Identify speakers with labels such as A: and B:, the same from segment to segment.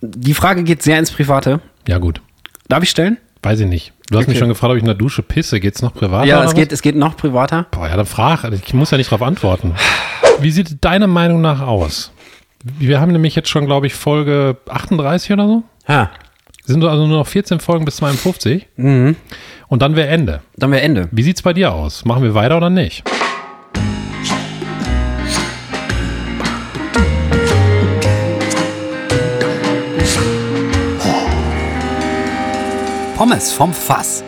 A: die Frage geht sehr ins Private.
B: Ja, gut.
A: Darf ich stellen?
B: Weiß ich nicht. Du hast mich
A: Okay.
B: schon gefragt, ob ich in der Dusche pisse. Geht's noch privat?
A: ja,
B: oder
A: es
B: was?
A: geht, es geht noch privater.
B: Boah, ja, dann frag. Also Ich muss ja nicht darauf antworten. Wie sieht deiner Meinung nach aus? Wir haben nämlich jetzt schon, glaube ich, Folge 38 oder so.
A: Ha,
B: Sind also nur noch 14 Folgen bis 52. Und dann wäre Ende.
A: dann wäre Ende.
B: Wie sieht's bei dir aus? Machen wir weiter oder nicht?
A: Pommes vom Fass.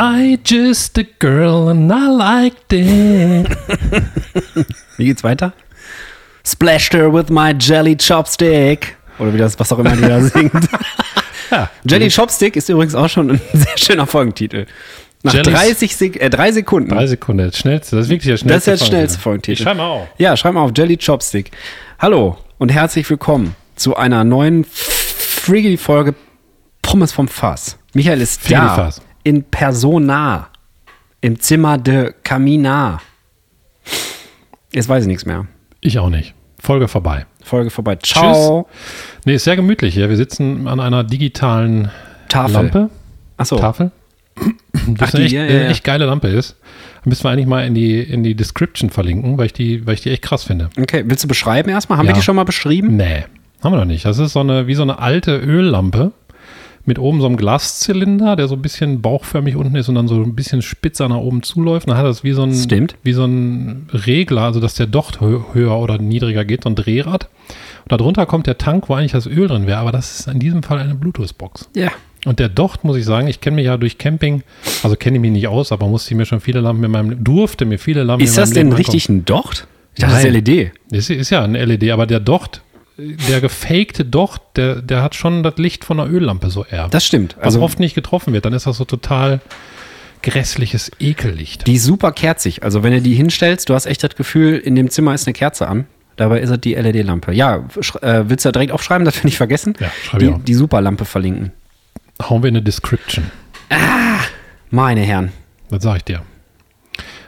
B: I just a girl and I liked it.
A: Wie geht's weiter? Splashed her with my jelly chopstick. Oder wie das, was auch immer die da singt.
B: Ja.
A: jelly Chopstick ist übrigens auch schon ein sehr schöner Folgentitel. Nach
B: Jellies-
A: 30 Sek äh, drei Sekunden.
B: Drei Sekunden, das schnellste, das ist wirklich der schnellste.
A: das ist jetzt
B: Folgentitel.
A: schnellste Folgentitel.
B: Ich schreibe mal auf.
A: Ja, schreib mal auf Jelly Chopstick. Hallo und herzlich willkommen zu einer neuen Freaky-Folge Pommes vom Fass. Michael ist
B: Freaky
A: da
B: Fass.
A: in Persona im Zimmer de Camina. Jetzt weiß ich nichts mehr.
B: Ich auch nicht. Folge vorbei.
A: Folge vorbei. Ciao.
B: Nee, ist sehr gemütlich hier. Wir sitzen an einer digitalen
A: Tafel.
B: Lampe.
A: Achso.
B: Tafel. Das
A: die,
B: eine echt,
A: ja, ja,
B: eine
A: ja.
B: echt geile Lampe ist. Müssen wir eigentlich mal in die, in die Description verlinken, weil ich die, weil ich die echt krass finde.
A: Okay, willst du beschreiben erstmal? Haben wir
B: Ja. Hm.
A: die schon mal beschrieben?
B: Nee, haben wir noch nicht. Das ist so eine, wie so eine alte Öllampe mit oben so einem Glaszylinder, der so ein bisschen bauchförmig unten ist und dann so ein bisschen spitzer nach oben zuläuft. Dann hat das wie so ein,
A: Stimmt.
B: Wie so ein Regler, also dass der Docht hö höher oder niedriger geht, so ein Drehrad. Und darunter kommt der Tank, wo eigentlich das Öl drin wäre, aber das ist in diesem Fall eine Bluetooth-Box.
A: Ja.
B: Und der Docht, muss ich sagen, ich kenne mich ja durch Camping, also kenne ich mich nicht aus, aber musste ich mir schon viele Lampen in meinem, durfte mir viele Lampen
A: Ist
B: in meinem
A: das denn
B: Leben angucken.
A: richtig ein Docht? Ich dachte, das ist E
B: Nein.
A: LED.
B: Das ist ja ein LED, aber der Docht, der gefakte Docht, der, der hat schon das Licht von einer Öllampe so eher.
A: Das stimmt. Also
B: was oft nicht getroffen wird, dann ist das so total grässliches Ekellicht.
A: Die ist super kerzig. Also wenn du die hinstellst, du hast echt das Gefühl, in dem Zimmer ist eine Kerze an. Dabei ist es die LED-Lampe. Ja, sch- äh, willst du da direkt aufschreiben, dass wir nicht vergessen?
B: Ja, schreib ich
A: die,
B: auf.
A: die Superlampe verlinken.
B: Hauen wir in eine Description.
A: Meine Herren.
B: Das sag ich dir.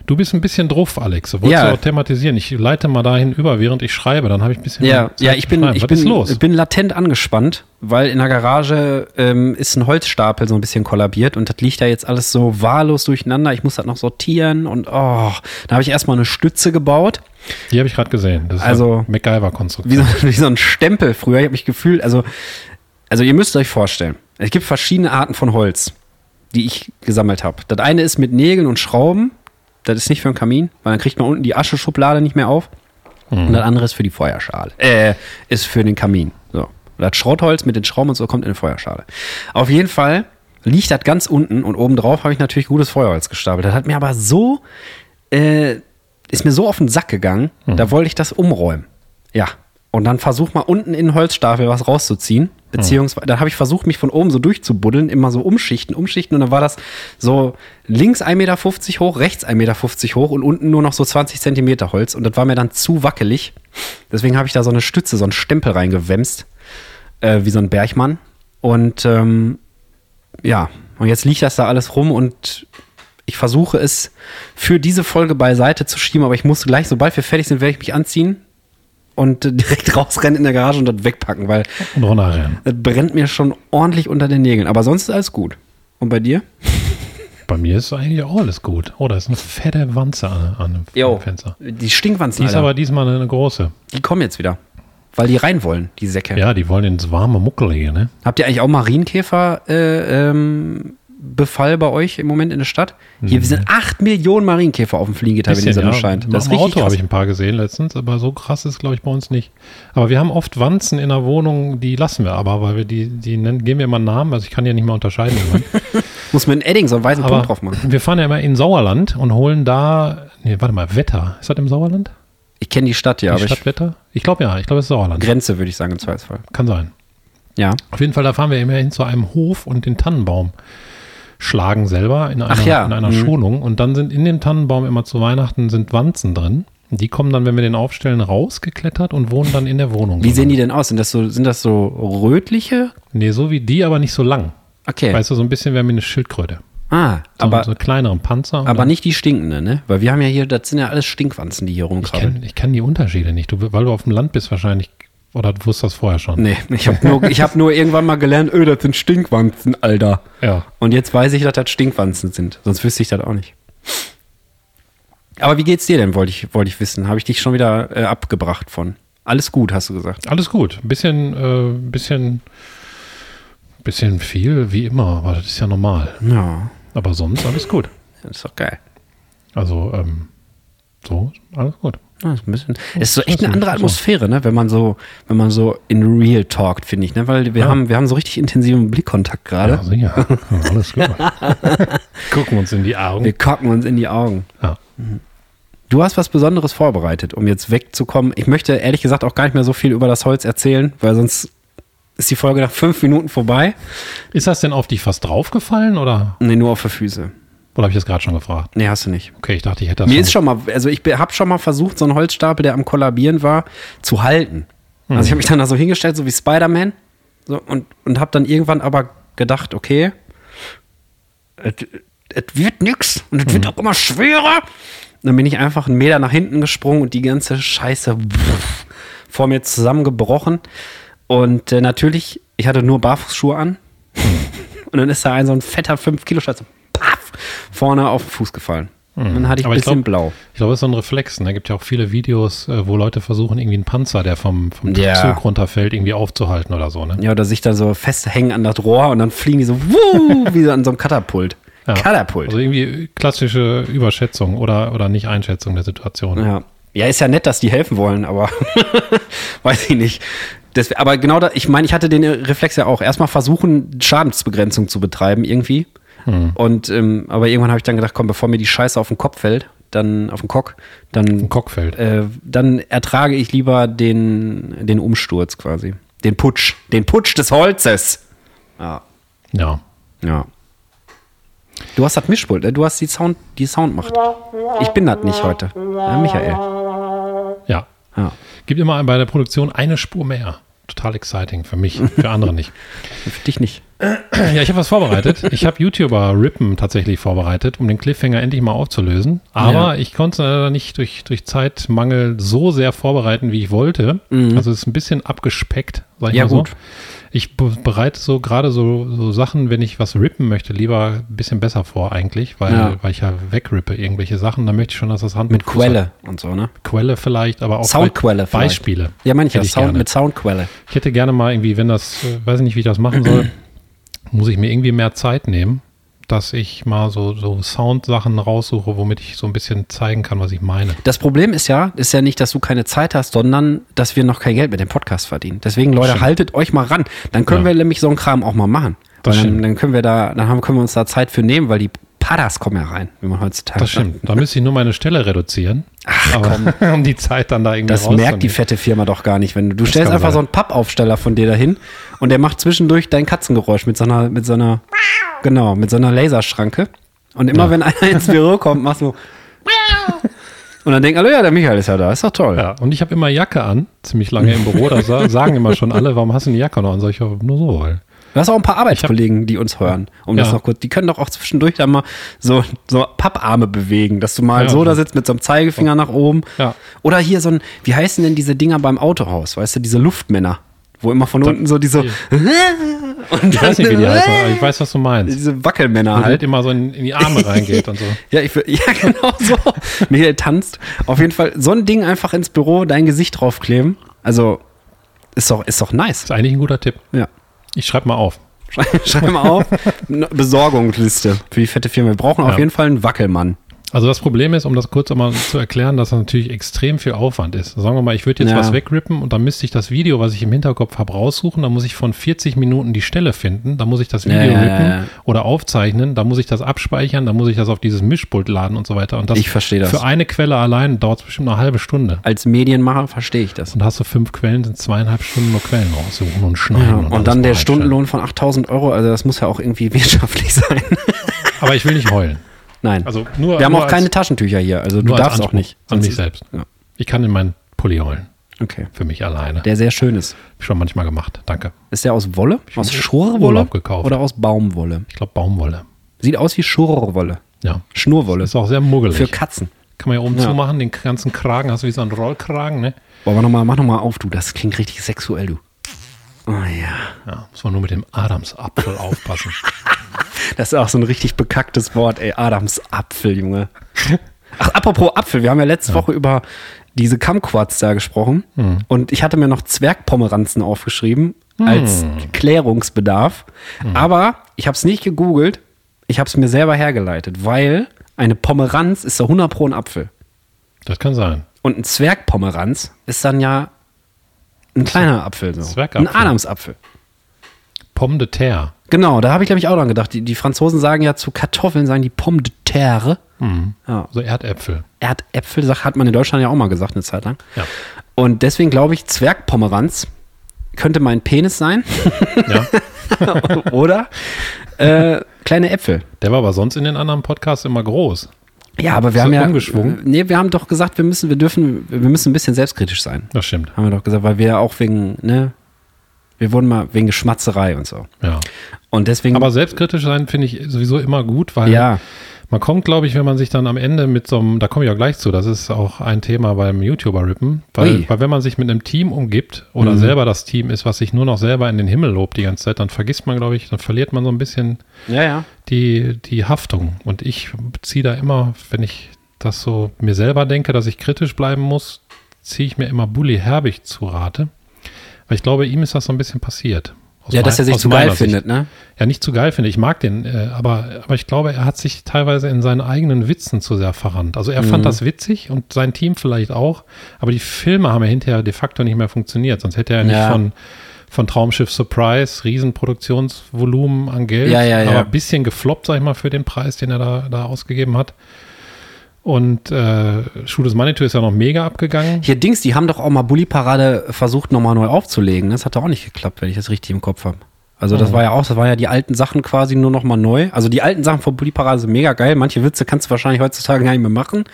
B: Du bist ein bisschen drauf, Alex. Du wolltest
A: Ja.
B: auch thematisieren. Ich leite mal dahin über, während ich schreibe. Dann habe ich ein bisschen.
A: Ja,
B: Zeit
A: ja,
B: zu
A: ich bin,
B: schreiben.
A: ich
B: Was
A: bin,
B: ist los?
A: bin latent angespannt, weil in der Garage ähm, ist ein Holzstapel so ein bisschen kollabiert und das liegt da jetzt alles so wahllos durcheinander. Ich muss das noch sortieren und oh, da habe ich erstmal eine Stütze gebaut.
B: Die habe ich gerade gesehen. Das ist
A: Also-
B: eine MacGyver-Konstruktion.
A: wie so, wie so ein Stempel früher. Ich habe mich gefühlt, also, also ihr müsst euch vorstellen, es gibt verschiedene Arten von Holz, die ich gesammelt habe. Das eine ist mit Nägeln und Schrauben. Das ist nicht für einen Kamin, weil dann kriegt man unten die Ascheschublade nicht mehr auf. Und das andere ist für die Feuerschale. Äh, ist für den Kamin. So. Und Das Schrottholz mit den Schrauben und so kommt in eine Feuerschale. Auf jeden Fall liegt das ganz unten und obendrauf habe ich natürlich gutes Feuerholz gestapelt. Das hat mir aber so äh, ist mir so auf den Sack gegangen, da wollte ich das umräumen. Ja. Und dann versuch mal unten in den Holzstapel was rauszuziehen. Beziehungsweise, dann habe ich versucht, mich von oben so durchzubuddeln, immer so umschichten, umschichten. Und dann war das so links 1,50 Meter hoch, rechts 1,50 Meter hoch und unten nur noch so 20 Zentimeter Holz. Und das war mir dann zu wackelig. Deswegen habe ich da so eine Stütze, so einen Stempel reingewemst, äh, wie so ein Bergmann. Und ähm, ja, und jetzt liegt das da alles rum und ich versuche es für diese Folge beiseite zu schieben, aber ich muss gleich, sobald wir fertig sind, werde ich mich anziehen und äh, direkt rausrennen in der Garage und das wegpacken, weil
B: Und runterrennen.
A: das brennt mir schon ordentlich unter den Nägeln. Aber sonst ist alles gut. Und bei dir?
B: Bei mir ist eigentlich auch alles gut. Oh, da ist eine fette Wanze an, an dem Fenster.
A: Die Stinkwanzen,
B: Die ist
A: Alter,
B: aber diesmal eine große.
A: die kommen jetzt wieder. Weil die rein wollen, die Säcke.
B: Ja, die wollen ins warme Muckel hier, ne?
A: Habt ihr eigentlich auch Marienkäfer äh, ähm, Befall bei euch im Moment in der Stadt? Hier wir sind 8 Millionen Marienkäfer auf dem Fliegengitter, wenn die Sonne scheint.
B: Das
A: Das ist
B: Im
A: richtig
B: Auto habe
A: krass.
B: ich ein paar gesehen letztens, aber so krass ist, glaube ich, bei uns nicht. Aber wir haben oft Wanzen in der Wohnung, die lassen wir aber, weil wir die, die nennen, geben wir immer einen Namen, also ich kann ja nicht mal unterscheiden. Irgendwann.
A: Muss mit einem Edding so einen weißen
B: aber
A: Punkt drauf machen.
B: wir fahren ja immer in Sauerland und holen da, nee, warte mal, Wetter. Ist das im Sauerland?
A: Ich kenne die Stadt ja,
B: Die
A: aber ich,
B: Stadtwetter? Ich glaube ja, ich glaube, es ist Sauerland.
A: Grenze würde ich sagen im Zweifelsfall.
B: Kann sein.
A: Ja.
B: Auf jeden Fall, da fahren wir immer hin zu einem Hof und den Tannenbaum schlagen selber in einer,
A: Ach ja,
B: in einer
A: mhm.
B: Schonung. Und dann sind in dem Tannenbaum immer zu Weihnachten sind Wanzen drin. Die kommen dann, wenn wir den aufstellen, rausgeklettert und wohnen dann in der Wohnung.
A: Wie sehen die denn aus? Sind das so, sind das so rötliche?
B: Nee, so wie die, aber nicht so lang.
A: Okay.
B: Weißt du, so ein bisschen wäre mir eine Schildkröte.
A: Ah,
B: So,
A: aber,
B: so kleineren Panzer. und
A: aber
B: dann-
A: nicht die stinkenden, ne? Weil wir haben ja hier, das sind ja alles Stinkwanzen, die hier
B: Ich
A: rumkrabbeln.
B: kenne ich kenn die Unterschiede nicht. Du, weil du auf dem Land bist wahrscheinlich, oder du wusstest das vorher schon.
A: Nee, ich habe nur, ich hab nur irgendwann mal gelernt, öh, das sind Stinkwanzen, Alter.
B: Ja.
A: Und jetzt weiß ich, dass das Stinkwanzen sind. Sonst wüsste ich das auch nicht. Aber wie geht's dir denn, wollte ich, wollte ich wissen. Habe ich dich schon wieder äh, abgebracht von? Alles gut, hast du gesagt.
B: Alles gut. Ein bisschen, äh, ein bisschen, bisschen viel, wie immer, aber das ist ja normal.
A: Ja,
B: Aber sonst alles gut.
A: das ist doch geil.
B: Also, ähm, so, alles gut.
A: Ja, ist ein bisschen, es ist Ah, so echt eine
B: nicht
A: andere
B: so.
A: Atmosphäre, ne? Wenn man so, wenn man so in real talkt, finde ich, ne? Weil wir
B: Ja.
A: haben, wir haben so richtig intensiven Blickkontakt gerade.
B: Ja, sicher. Ja, alles klar. Gucken uns in die Augen.
A: Wir gucken uns in die Augen.
B: Ja.
A: Du hast was Besonderes vorbereitet, um jetzt wegzukommen. Ich möchte ehrlich gesagt auch gar nicht mehr so viel über das Holz erzählen, weil sonst ist die Folge nach fünf Minuten vorbei.
B: Ist das denn auf dich fast draufgefallen oder,
A: Nee, nur auf die Füße.
B: oder habe ich das gerade schon gefragt?
A: Nee, hast du nicht.
B: Okay, ich dachte, ich hätte das
A: Mir ist schon mal, also ich habe schon mal versucht, so einen Holzstapel, der am Kollabieren war, zu halten. Also ich habe mich dann da so hingestellt, so wie Spider-Man. So, und und habe dann irgendwann aber gedacht, okay, es es wird nix und es
B: Mhm.
A: wird auch immer schwerer. Und dann bin ich einfach einen Meter nach hinten gesprungen und die ganze Scheiße wuff, vor mir zusammengebrochen. Und äh, natürlich, ich hatte nur Barfußschuhe an. und dann ist da ein so ein fetter 5-Kilo-Scheiß so paff, vorne auf den Fuß gefallen. Und dann hatte ich ein
B: Mhm. Hm. Aber ich
A: bisschen
B: glaub,
A: blau.
B: Ich glaube, das ist so ein Reflex. Ne? Da gibt ja auch viele Videos, äh, wo Leute versuchen, irgendwie einen Panzer, der vom, vom
A: Ja.
B: Zug runterfällt, irgendwie aufzuhalten oder so. Ne?
A: Ja, oder sich da so festhängen an das Rohr und dann fliegen die so wuh, wie so an so einem Katapult.
B: Ja.
A: Katapult.
B: Also irgendwie klassische Überschätzung oder, oder Nicht-Einschätzung der Situation.
A: Ja. Ja, ist ja nett, dass die helfen wollen, aber weiß ich nicht. Das, aber genau da, ich meine, ich hatte den Reflex ja auch. Erstmal versuchen, Schadensbegrenzung zu betreiben irgendwie. Und ähm, aber irgendwann habe ich dann gedacht, komm, bevor mir die Scheiße auf den Kopf fällt, dann auf den Kock, dann,
B: Ein Cockfeld.
A: äh, dann ertrage ich lieber den, den Umsturz quasi. Den Putsch. Den Putsch des Holzes.
B: Ja.
A: Ja. Du hast das Mischpult, ne? du hast die Sound, die Soundmacht. Ich bin das nicht heute. Ja, Michael.
B: Ja.
A: Ja.
B: Gibt immer bei der Produktion eine Spur mehr. Total exciting für mich, für andere nicht.
A: Für dich nicht.
B: Ja, ich habe was vorbereitet. Ich habe YouTuber Rippen tatsächlich vorbereitet, um den Cliffhanger endlich mal aufzulösen. Aber ich konnte es leider nicht durch, durch Zeitmangel so sehr vorbereiten, wie ich wollte. Also es ist ein bisschen abgespeckt, sag ich
A: Mhm. Ja,
B: mal
A: gut.
B: so. Ich be- bereite so gerade so, so Sachen, wenn ich was rippen möchte, lieber ein bisschen besser vor eigentlich, weil,
A: Ja.
B: weil ich ja wegrippe irgendwelche Sachen. Da möchte ich schon, dass das Hand
A: Mit
B: Fuß hat.
A: Quelle und so, ne?
B: Quelle vielleicht, aber auch
A: Soundquelle
B: Be
A: vielleicht.
B: Beispiele.
A: Ja, meine ich ja.
B: Hätte ich
A: Sound,
B: gerne.
A: mit Soundquelle.
B: Ich hätte gerne mal irgendwie, wenn das, äh, weiß ich nicht, wie ich das machen soll, muss ich mir irgendwie mehr Zeit nehmen, dass ich mal so, so Sound-Sachen raussuche, womit ich so ein bisschen zeigen kann, was ich meine.
A: Das Problem ist ja, ist ja nicht, dass du keine Zeit hast, sondern dass wir noch kein Geld mit dem Podcast verdienen. Deswegen, Leute, haltet euch mal ran. Dann können
B: Ja.
A: wir nämlich so einen Kram auch mal machen.
B: Das
A: Weil dann,
B: stimmt.
A: dann können wir da, dann haben, können wir uns da Zeit für nehmen, weil die Padas kommen ja rein, wie man heutzutage
B: Das
A: sagt.
B: stimmt. Da müsste ich nur meine Stelle reduzieren, aber, um die Zeit dann da irgendwie
A: Das merkt die
B: rauszunehmen.
A: fette Firma doch gar nicht, wenn du. Du stellst
B: kann
A: einfach so
B: sein.
A: einen Pappaufsteller von dir dahin und der macht zwischendurch dein Katzengeräusch mit so einer, mit so einer, genau, mit so einer Laserschranke. Und immer wenn einer ins Büro kommt, machst du. und dann denkt, hallo ja, der Michael ist ja da, ist doch toll.
B: Ja, und ich habe immer Jacke an, ziemlich lange im Büro. Da sa- sagen immer schon alle, warum hast du eine Jacke noch an? Sag ich, ja, nur so, weil.
A: Du hast auch ein paar Arbeitskollegen, die uns hören, um das
B: Ja.
A: noch kurz. Die können doch auch zwischendurch dann mal so, so Papparme bewegen, dass du mal
B: Ja,
A: so
B: ja.
A: da sitzt mit so einem Zeigefinger nach oben.
B: Ja.
A: Oder hier so ein, wie heißen denn diese Dinger beim Autohaus, weißt du, diese Luftmänner, wo immer von unten so diese. Und
B: Ich weiß nicht, wie die
A: dann-
B: heißen, aber ich weiß, was du meinst.
A: Diese Wackelmänner
B: Wo halt
A: halt.
B: immer so in, in die Arme reingeht und so.
A: Ja, ich, wür- ja, genau so. Michael tanzt. Auf jeden Fall so ein Ding einfach ins Büro, dein Gesicht draufkleben. Also, ist doch, ist doch nice.
B: Ist eigentlich ein guter Tipp.
A: Ja.
B: Ich schreibe mal auf.
A: Schrei- Schreib mal auf. Ne- Besorgungsliste für die fette Firma. Wir brauchen auf
B: Ja.
A: jeden Fall einen Wackelmann.
B: Also das Problem ist, um das kurz einmal zu erklären, dass das natürlich extrem viel Aufwand ist. Sagen wir mal, ich würde jetzt
A: Ja.
B: was wegrippen und dann müsste ich das Video, was ich im Hinterkopf habe, raussuchen. Dann muss ich von 40 Minuten die Stelle finden. Dann muss ich das Video
A: Ja, ja,
B: rippen
A: ja, ja.
B: oder aufzeichnen. Dann muss ich das abspeichern. Dann muss ich das auf dieses Mischpult laden und so weiter. Und das
A: Ich verstehe das.
B: Für eine Quelle allein dauert es bestimmt eine halbe Stunde.
A: Als Medienmacher verstehe ich das.
B: Und hast du fünf Quellen, sind zweieinhalb Stunden nur Quellen raussuchen und schneiden.
A: Ja, und
B: alles
A: dann der
B: bereitstellen.
A: Stundenlohn von 8000 Euro. Also, das muss ja auch irgendwie wirtschaftlich sein.
B: Aber ich will nicht heulen.
A: Nein.
B: Also nur,
A: Wir haben
B: nur
A: auch
B: als-
A: keine Taschentücher hier. Also, du
B: nur als
A: darfst auch
B: Anspruch
A: nicht.
B: An mich
A: Sonst-
B: selbst.
A: Ja.
B: Ich kann in meinen Pulli heulen.
A: Okay.
B: Für mich alleine.
A: Der sehr schön ist.
B: Schon manchmal gemacht. Danke.
A: Ist der aus Wolle? Aus
B: hab
A: Schurwolle?
B: Urlaub gekauft.
A: Oder aus Baumwolle?
B: Ich glaube Baumwolle.
A: Sieht aus wie Schurrwolle.
B: Ja.
A: Schnurwolle.
B: Ist auch sehr muggelig.
A: Für Katzen.
B: Kann man ja oben zumachen, den ganzen Kragen, hast du wie so einen Rollkragen, ne?
A: Boah, mach nochmal mach noch mal auf, du. Das klingt richtig sexuell, du. Oh ja.
B: Ja, muss man nur mit dem Adamsapfel aufpassen.
A: Das ist auch so ein richtig bekacktes Wort, ey. Adamsapfel, Junge. Ach, apropos Apfel. Wir haben ja Mhm. letzte Woche über diese Kamquats da gesprochen. Und ich hatte mir noch Zwergpomeranzen aufgeschrieben als Klärungsbedarf. Aber ich habe es nicht gegoogelt. Ich habe es mir selber hergeleitet, weil eine Pomeranz ist ja 100 pro ein Apfel.
B: Das kann sein.
A: Und ein Zwergpomeranz ist dann ja ein kleiner Apfel. So.
B: Zwergapfel.
A: Ein Adamsapfel.
B: Pomme de terre.
A: Genau, da habe ich, glaube ich, auch dran gedacht. Die, die Franzosen sagen ja zu Kartoffeln, sagen die Pomme de terre. Ja.
B: Hm. So Erdäpfel.
A: Erdäpfel, sagt, hat man in Deutschland ja auch mal gesagt, eine Zeit lang.
B: Ja.
A: Und deswegen glaube ich, Zwergpomeranz könnte mein Penis sein.
B: ja.
A: Oder äh, kleine Äpfel.
B: Der war aber sonst in den anderen Podcasts immer groß.
A: Ja, aber wir
B: Ist
A: haben
B: er
A: ja. äh,
B: umgeschwungen?
A: Nee, wir haben doch gesagt, wir müssen, wir dürfen, wir müssen ein bisschen selbstkritisch sein.
B: Das stimmt.
A: Haben wir doch gesagt, weil wir ja auch wegen, ne, wir wurden mal wegen Geschmatzerei und so.
B: Ja.
A: Und deswegen.
B: Aber selbstkritisch sein finde ich sowieso immer gut, weil
A: ja,
B: man kommt, glaube ich, wenn man sich dann am Ende mit so einem, da komme ich auch gleich zu, das ist auch ein Thema beim YouTuber-Rippen,
A: Ui. Mhm.
B: weil, weil wenn man sich mit einem Team umgibt oder selber das Team ist, was sich nur noch selber in den Himmel lobt die ganze Zeit, dann vergisst man, glaube ich, dann verliert man so ein bisschen
A: ja, ja.
B: die, die Haftung. Und ich ziehe da immer, wenn ich das so mir selber denke, dass ich kritisch bleiben muss, ziehe ich mir immer Bully Herbig zu Rate. Weil ich glaube, ihm ist das so ein bisschen passiert. Aus
A: Ja, dass
B: mein-
A: er sich
B: aus
A: zu geil
B: meiner Sicht.
A: findet, ne?
B: Ja, nicht zu geil finde. Ich mag den, äh, aber, aber ich glaube, er hat sich teilweise in seinen eigenen Witzen zu sehr verrannt. Also er
A: Mhm.
B: fand das witzig und sein Team vielleicht auch, aber die Filme haben ja hinterher de facto nicht mehr funktioniert. Sonst hätte er nicht
A: Ja.
B: von, von Traumschiff Surprise, Riesenproduktionsvolumen an Geld,
A: Ja, ja, ja.
B: aber ein bisschen gefloppt, sag ich mal, für den Preis, den er da, da ausgegeben hat. Und äh, Schuh des Manitou ist ja noch mega abgegangen.
A: Hier Dings, die haben doch auch mal Bully Parade versucht nochmal neu aufzulegen. Das hat doch auch nicht geklappt, wenn ich das richtig im Kopf habe. Also das war ja auch, das waren ja die alten Sachen quasi nur nochmal neu. Also die alten Sachen von Bully Parade sind mega geil. Manche Witze kannst du wahrscheinlich heutzutage gar nicht mehr machen.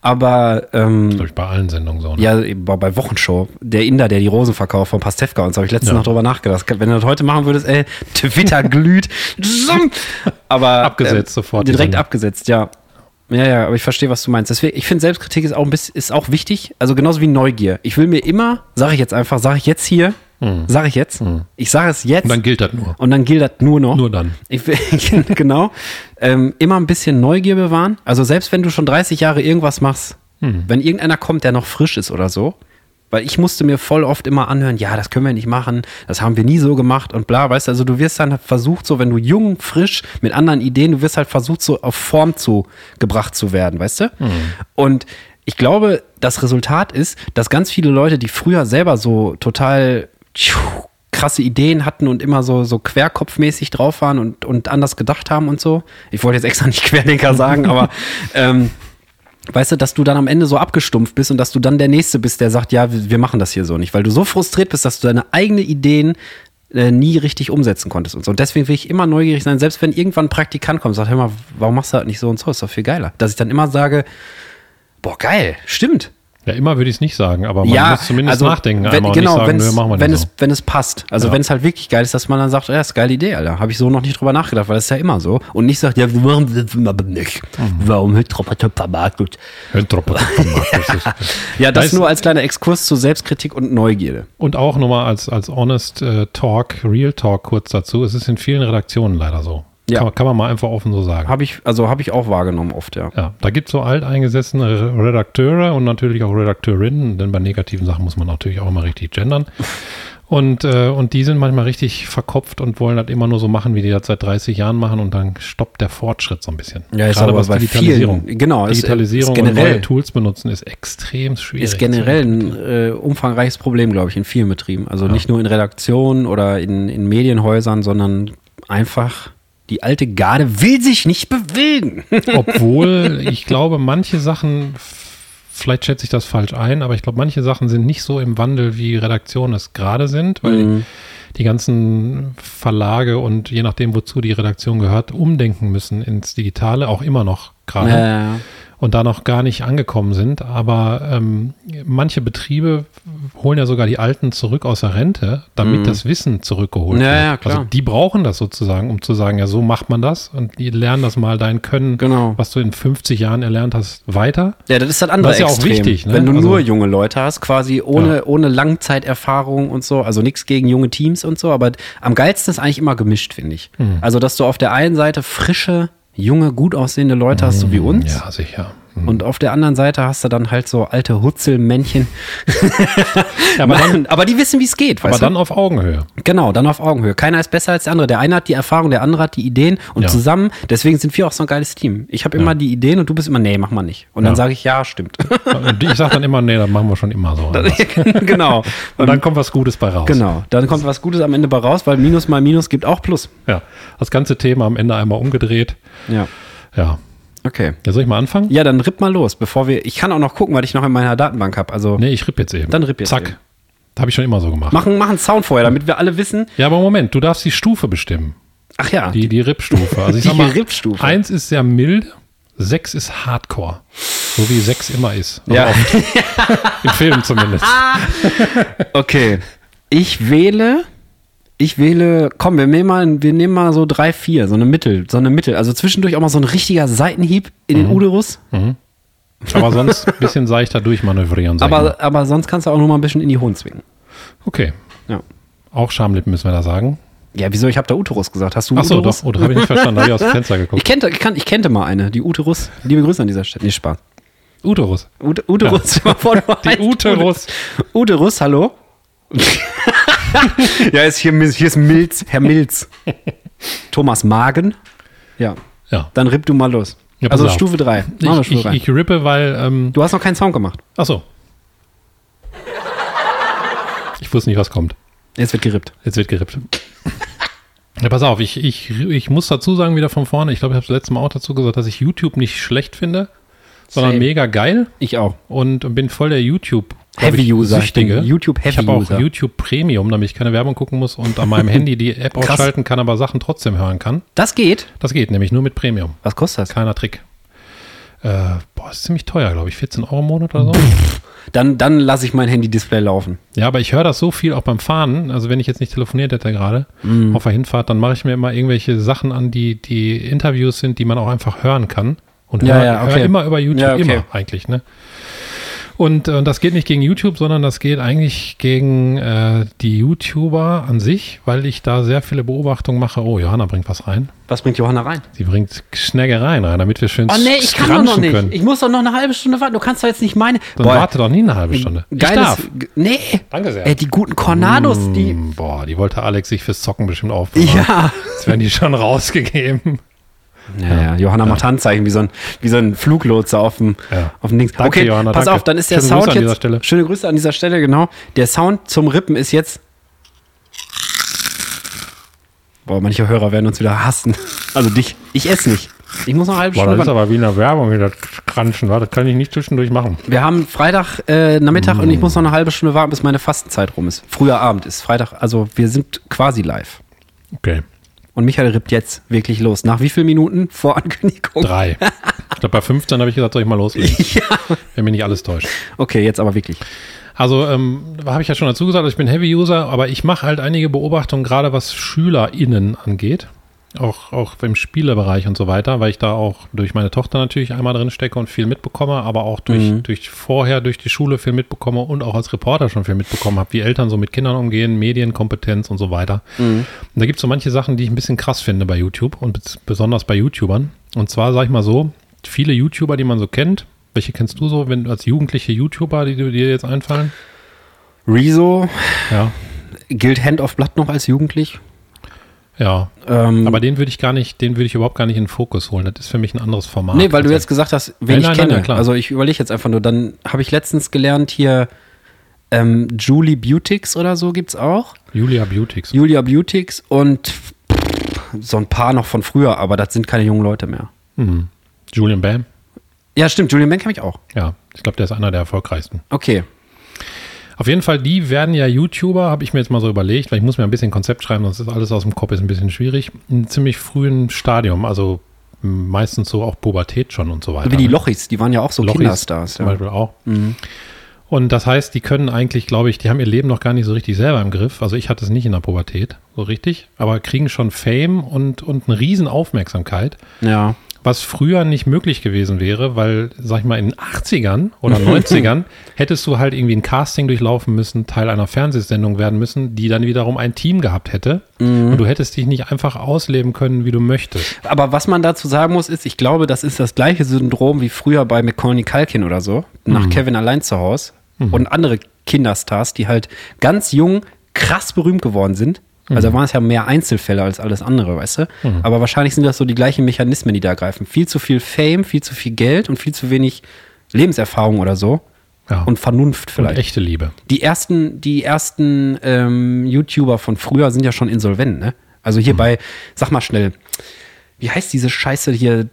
A: Aber ähm,
B: Glaube ich, bei allen Sendungen so. Ne?
A: ja, eben bei- bei Wochenshow, der Inder, der die Rosen verkauft von Pastewka und so, habe ich letztens
B: Ja.
A: noch drüber nachgedacht. Wenn du das heute machen würdest, ey, Twitter glüht. Zum. aber ähm,
B: Abgesetzt sofort, die
A: Direkt
B: Sendung.
A: abgesetzt, ja. Ja, ja, aber ich verstehe, was du meinst. Deswegen, ich finde, Selbstkritik ist auch, ein bisschen, ist auch wichtig. Also genauso wie Neugier. Ich will mir immer, sage ich jetzt einfach, sage ich jetzt hier, sage ich jetzt, ich sage es jetzt
B: Hm. Und dann gilt das nur.
A: und dann gilt das nur noch.
B: Nur dann.
A: Ich will, genau. Ähm, immer ein bisschen Neugier bewahren. Also selbst wenn du schon 30 Jahre irgendwas machst, wenn irgendeiner kommt, der noch frisch ist oder so, weil ich musste mir voll oft immer anhören, ja, das können wir nicht machen, das haben wir nie so gemacht und bla, weißt du, also du wirst dann versucht, so wenn du jung, frisch, mit anderen Ideen, du wirst halt versucht, so auf Form zu gebracht zu werden, weißt du? Und ich glaube, das Resultat ist, dass ganz viele Leute, die früher selber so total tschuh, krasse Ideen hatten und immer so, so querkopfmäßig drauf waren und, und anders gedacht haben und so. Ich wollte jetzt extra nicht Querdenker sagen, aber ähm, weißt du, dass du dann am Ende so abgestumpft bist und dass du dann der Nächste bist, der sagt, ja, wir wir machen das hier so nicht, weil du so frustriert bist, dass du deine eigenen Ideen äh, nie richtig umsetzen konntest und so. Und deswegen will ich immer neugierig sein, selbst wenn irgendwann ein Praktikant kommt und sagt, hör mal, warum machst du das nicht so und so, ist doch viel geiler. Dass ich dann immer sage, boah, geil, stimmt.
B: Ja, immer würde ich es nicht sagen, aber man muss zumindest nachdenken
A: wenn,
B: einmal und
A: genau,
B: nicht sagen,
A: wenn
B: nö,
A: es,
B: machen wir nicht
A: wenn,
B: so.
A: es, wenn es passt. Also
B: Ja.
A: wenn es halt wirklich geil ist, dass man dann sagt, ja, ist eine geile Idee, Alter. Habe ich so noch nicht drüber nachgedacht, weil das ist ja immer so. Und nicht sagt, ja, wir machen das immer nicht.
B: Mhm.
A: Warum Hütropatopfer Markus?
B: Höntroppe.
A: Ja, das
B: Weißt-
A: nur als kleiner Exkurs zur Selbstkritik und Neugierde.
B: Und auch nochmal als, als Honest äh, Talk, Real Talk kurz dazu. Es ist in vielen Redaktionen leider so.
A: Ja.
B: Kann, man- kann man mal einfach offen so sagen.
A: Habe ich, also habe ich auch wahrgenommen oft, ja.
B: Ja, da gibt es so alteingesessene Re- Redakteure und natürlich auch Redakteurinnen, denn bei negativen Sachen muss man natürlich auch immer richtig gendern. Und, äh, und die sind manchmal richtig verkopft und wollen das immer nur so machen, wie die das seit 30 Jahren machen und dann stoppt der Fortschritt so ein bisschen.
A: Ja, ist aber bei
B: Digitalisierung.
A: vielen- genau, ist-
B: Digitalisierung
A: ist
B: und
A: generell-
B: neue Tools benutzen ist extrem schwierig.
A: Ist generell ein äh, umfangreiches Problem, glaube ich, in vielen Betrieben. Also nicht nur in Redaktionen oder in, in Medienhäusern, sondern einfach die alte Garde will sich nicht bewegen.
B: Obwohl, ich glaube, manche Sachen, f- vielleicht schätze ich das falsch ein, aber ich glaube, manche Sachen sind nicht so im Wandel, wie Redaktionen es gerade sind, weil die ganzen Verlage und je nachdem, wozu die Redaktion gehört, umdenken müssen ins Digitale, auch immer noch gerade.
A: Ja, ja, ja.
B: und da noch gar nicht angekommen sind. Aber ähm, manche Betriebe holen ja sogar die Alten zurück aus der Rente, damit
A: Mhm.
B: das Wissen zurückgeholt
A: Ja,
B: wird.
A: ja, klar.
B: Also die brauchen das sozusagen, um zu sagen, ja, so macht man das und die lernen das mal dein Können,
A: Genau.
B: was du in 50 Jahren erlernt hast, weiter.
A: Ja, das ist das andere
B: Das ist ja auch
A: Extrem.
B: wichtig, ne?
A: Wenn du
B: Also-
A: nur junge Leute hast, quasi ohne, ohne Langzeiterfahrung und so, also nichts gegen junge Teams und so, aber am geilsten ist eigentlich immer gemischt, finde ich.
B: Mhm.
A: Also, dass du auf der einen Seite frische, junge, gut aussehende Leute hast, so wie uns,
B: Mhm, Ja, Mhm. sicher.
A: und auf der anderen Seite hast du dann halt so alte Hutzelmännchen. aber, dann, aber die wissen, wie es geht.
B: Aber
A: weißt du?
B: dann auf Augenhöhe.
A: Genau, dann auf Augenhöhe. Keiner ist besser als der andere. Der eine hat die Erfahrung, der andere hat die Ideen und
B: Ja.
A: zusammen, deswegen sind wir auch so ein geiles Team. Ich habe immer die Ideen und du bist immer, nee, mach mal nicht. Und dann
B: Ja.
A: sage ich, ja, stimmt.
B: Und ich sage dann immer, nee, das machen wir schon immer so. anders.
A: genau.
B: Und dann kommt was Gutes bei raus.
A: Genau, dann kommt was Gutes am Ende bei raus, weil Minus mal Minus gibt auch Plus.
B: Ja, das ganze Thema am Ende einmal umgedreht.
A: Ja,
B: Ja,
A: okay.
B: ja soll ich mal anfangen?
A: Ja, dann ripp mal los, bevor wir. Ich kann auch noch gucken, was ich noch in meiner Datenbank habe. Also
B: Nee, ich ripp jetzt eben.
A: Dann ripp jetzt
B: Zack.
A: eben.
B: Habe ich schon immer so gemacht.
A: machen, machen Sound vorher, damit wir alle wissen.
B: Ja, aber Moment, du darfst die Stufe bestimmen.
A: Ach ja,
B: Die, die Rippstufe. Also ich
A: Die
B: sag mal,
A: Rippstufe.
B: Eins ist sehr mild, sechs ist Hardcore. So wie sechs immer ist. Also
A: Ja.
B: auch Im Film zumindest.
A: okay. Ich wähle. Ich wähle, komm, wir nehmen mal, wir nehmen mal so drei, vier, so eine Mittel, so eine Mittel. Also zwischendurch auch mal so ein richtiger Seitenhieb in
B: Mhm.
A: den Uterus.
B: Aber sonst ein bisschen seichter durchmanövrieren. sag ich mal.
A: Aber, aber sonst kannst du auch noch mal ein bisschen in die Hohen zwingen.
B: okay.
A: Ja.
B: Auch Schamlippen müssen wir da sagen.
A: Ja, wieso? Ich habe da Uterus gesagt. Hast du
B: Achso,
A: Uterus?
B: doch. Oder habe ich nicht verstanden? Habe ich aus dem Fenster
A: Ich
B: geguckt.
A: kannte, ich, kan- ich kannte mal eine, die Uterus. Liebe Grüße an dieser Stelle. Nee, Spaß.
B: Uterus.
A: Ut Uterus. stell mal vor, du heißt
B: Uterus.
A: Ut- Uterus, hallo? ja, ist hier, Mil- hier ist Milz, Herr Milz. Thomas Magen. Ja.
B: Ja.
A: Dann ripp du mal los.
B: Ja, pass
A: also
B: auf.
A: Stufe 3. Machen wir
B: Ich,
A: Stufe
B: ich,
A: rein.
B: ich rippe, weil. Ähm,
A: Du hast noch keinen Sound gemacht.
B: achso. Ich wusste nicht, was kommt.
A: Jetzt wird gerippt.
B: Jetzt wird gerippt. Ja, pass auf, ich, ich, ich muss dazu sagen, wieder von vorne, ich glaube, ich habe das letzte Mal auch dazu gesagt, dass ich YouTube nicht schlecht finde, sondern
A: Same.
B: mega geil
A: Ich auch.
B: und bin voll der YouTube glaub
A: Heavy
B: ich,
A: User.
B: Süchtige.
A: YouTube
B: ich
A: Heavy
B: habe auch
A: User.
B: YouTube Premium, damit ich keine Werbung gucken muss und an meinem Handy die App
A: Krass.
B: ausschalten kann, aber Sachen trotzdem hören kann.
A: Das geht.
B: Das geht nämlich nur mit Premium.
A: Was kostet das?
B: Keiner Trick. Äh, boah, ist ziemlich teuer, glaube ich. 14 Euro im Monat oder so.
A: Dann, dann lasse ich mein Handy-Display laufen.
B: Ja, aber ich höre das so viel auch beim Fahren. Also wenn ich jetzt nicht telefoniert hätte gerade
A: Mhm.
B: auf der Hinfahrt, dann mache ich mir immer irgendwelche Sachen an, die die Interviews sind, die man auch einfach hören kann. Und
A: Ja,
B: höre
A: ja, okay.
B: hör immer über YouTube,
A: Ja, okay.
B: immer eigentlich. Ne? Und äh, das geht nicht gegen YouTube, sondern das geht eigentlich gegen äh, die YouTuber an sich, weil ich da sehr viele Beobachtungen mache. Oh, Johanna bringt was rein.
A: Was bringt Johanna rein?
B: Sie bringt Schnägereien rein, damit wir schön
A: Oh nee, ich kann doch noch
B: scrunchen
A: nicht.
B: können.
A: Ich muss doch noch eine halbe Stunde warten. Du kannst doch jetzt nicht meine.
B: Dann warte doch nie eine halbe Stunde. ich
A: Geiles.
B: darf.
A: G- Nee.
B: Danke sehr.
A: Ey, die guten Cornados, die.
B: Mm, Boah, die wollte Alex sich fürs Zocken bestimmt aufbauen.
A: Ja.
B: Jetzt werden die schon rausgegeben.
A: ja, ja. Johanna macht Handzeichen wie so ein, wie so ein Fluglotse auf dem,
B: Ja.
A: auf dem Dings.
B: Danke,
A: okay,
B: Johanna,
A: pass
B: danke.
A: auf, dann ist der
B: Schöne
A: Sound
B: Grüße an
A: jetzt.
B: dieser Stelle.
A: Schöne Grüße an dieser Stelle, genau. Der Sound zum Rippen ist jetzt. Boah, manche Hörer werden uns wieder hassen. Also dich. Ich esse nicht. Ich muss noch eine halbe
B: Boah,
A: Stunde
B: das ist
A: warten.
B: aber wie in der Werbung, wie das Kranschen war. Das kann ich nicht zwischendurch machen.
A: Wir haben Freitag äh, Nachmittag
B: Mm.
A: und ich muss noch eine halbe Stunde warten, bis meine Fastenzeit rum ist. Früher Abend ist Freitag. Also wir sind quasi live.
B: Okay.
A: Und Michael rippt jetzt wirklich los. Nach wie vielen Minuten? Vor Ankündigung.
B: Drei. ich glaube, bei 15 habe ich gesagt, soll ich mal loslegen. Wenn mich nicht alles täuscht.
A: Okay, jetzt aber wirklich.
B: Also, ähm, habe ich ja schon dazu gesagt, ich bin Heavy-User, aber ich mache halt einige Beobachtungen, gerade was SchülerInnen angeht. Auch, auch im Spielebereich und so weiter, weil ich da auch durch meine Tochter natürlich einmal drin stecke und viel mitbekomme, aber auch durch, durch vorher durch die Schule viel mitbekomme und auch als Reporter schon viel mitbekommen habe, wie Eltern so mit Kindern umgehen, Medienkompetenz und so weiter. Und da gibt es so manche Sachen, die ich ein bisschen krass finde bei YouTube und bes- besonders bei YouTubern. Und zwar, sag ich mal so, viele YouTuber, die man so kennt, welche kennst du so, wenn als jugendliche YouTuber, die dir jetzt einfallen?
A: Rezo
B: Ja,
A: gilt Hand of Blood noch als jugendlich.
B: ja.
A: Ähm,
B: Aber den würde ich gar nicht, den würde ich überhaupt gar nicht in den Fokus holen. Das ist für mich ein anderes Format.
A: nee, weil du jetzt gesagt hast, wen
B: Nein,
A: ich
B: nein, nein,
A: kenne.
B: klar.
A: also ich überlege jetzt einfach nur. Dann habe ich letztens gelernt hier ähm, Julie Beautix oder so gibt's auch.
B: Julia Beautix.
A: Julia Beautix und pff, so ein paar noch von früher, aber das sind keine jungen Leute mehr.
B: Mhm. Julian Bam.
A: Ja, stimmt. Julian Bam kenne ich auch.
B: Ja, ich glaube, der ist einer der erfolgreichsten.
A: Okay.
B: Auf jeden Fall, die werden ja YouTuber, habe ich mir jetzt mal so überlegt, weil ich muss mir ein bisschen Konzept schreiben, sonst ist alles aus dem Kopf, ist ein bisschen schwierig. In einem ziemlich frühen Stadium, also meistens so auch Pubertät schon und so weiter. ne?
A: Wie die Lochis, die waren ja auch so
B: Lochis
A: Kinderstars.
B: zum
A: Ja.
B: Beispiel auch.
A: Mhm.
B: Und das heißt, die können eigentlich, glaube ich, die haben ihr Leben noch gar nicht so richtig selber im Griff. Also ich hatte es nicht in der Pubertät, so richtig, aber kriegen schon Fame und, und eine riesen Aufmerksamkeit,
A: ja.
B: was früher nicht möglich gewesen wäre, weil, sag ich mal, in den 80ern oder 90ern hättest du halt irgendwie ein Casting durchlaufen müssen, Teil einer Fernsehsendung werden müssen, die dann wiederum ein Team gehabt hätte.
A: Mhm.
B: Und du hättest dich nicht einfach ausleben können, wie du möchtest.
A: Aber was man dazu sagen muss, ist, ich glaube, das ist das gleiche Syndrom wie früher bei McCorny Kalkin oder so, nach Kevin allein zu Hause und andere Kinderstars, die halt ganz jung krass berühmt geworden sind. Also da waren es ja mehr Einzelfälle als alles andere, weißt du? Aber wahrscheinlich sind das so die gleichen Mechanismen, die da greifen. Viel zu viel Fame, viel zu viel Geld und viel zu wenig Lebenserfahrung oder so.
B: Ja.
A: Und Vernunft
B: Und
A: vielleicht.
B: echte Liebe.
A: Die ersten, die ersten ähm, YouTuber von früher sind ja schon insolvent, ne? Also hier bei, sag mal schnell, wie heißt diese Scheiße hier?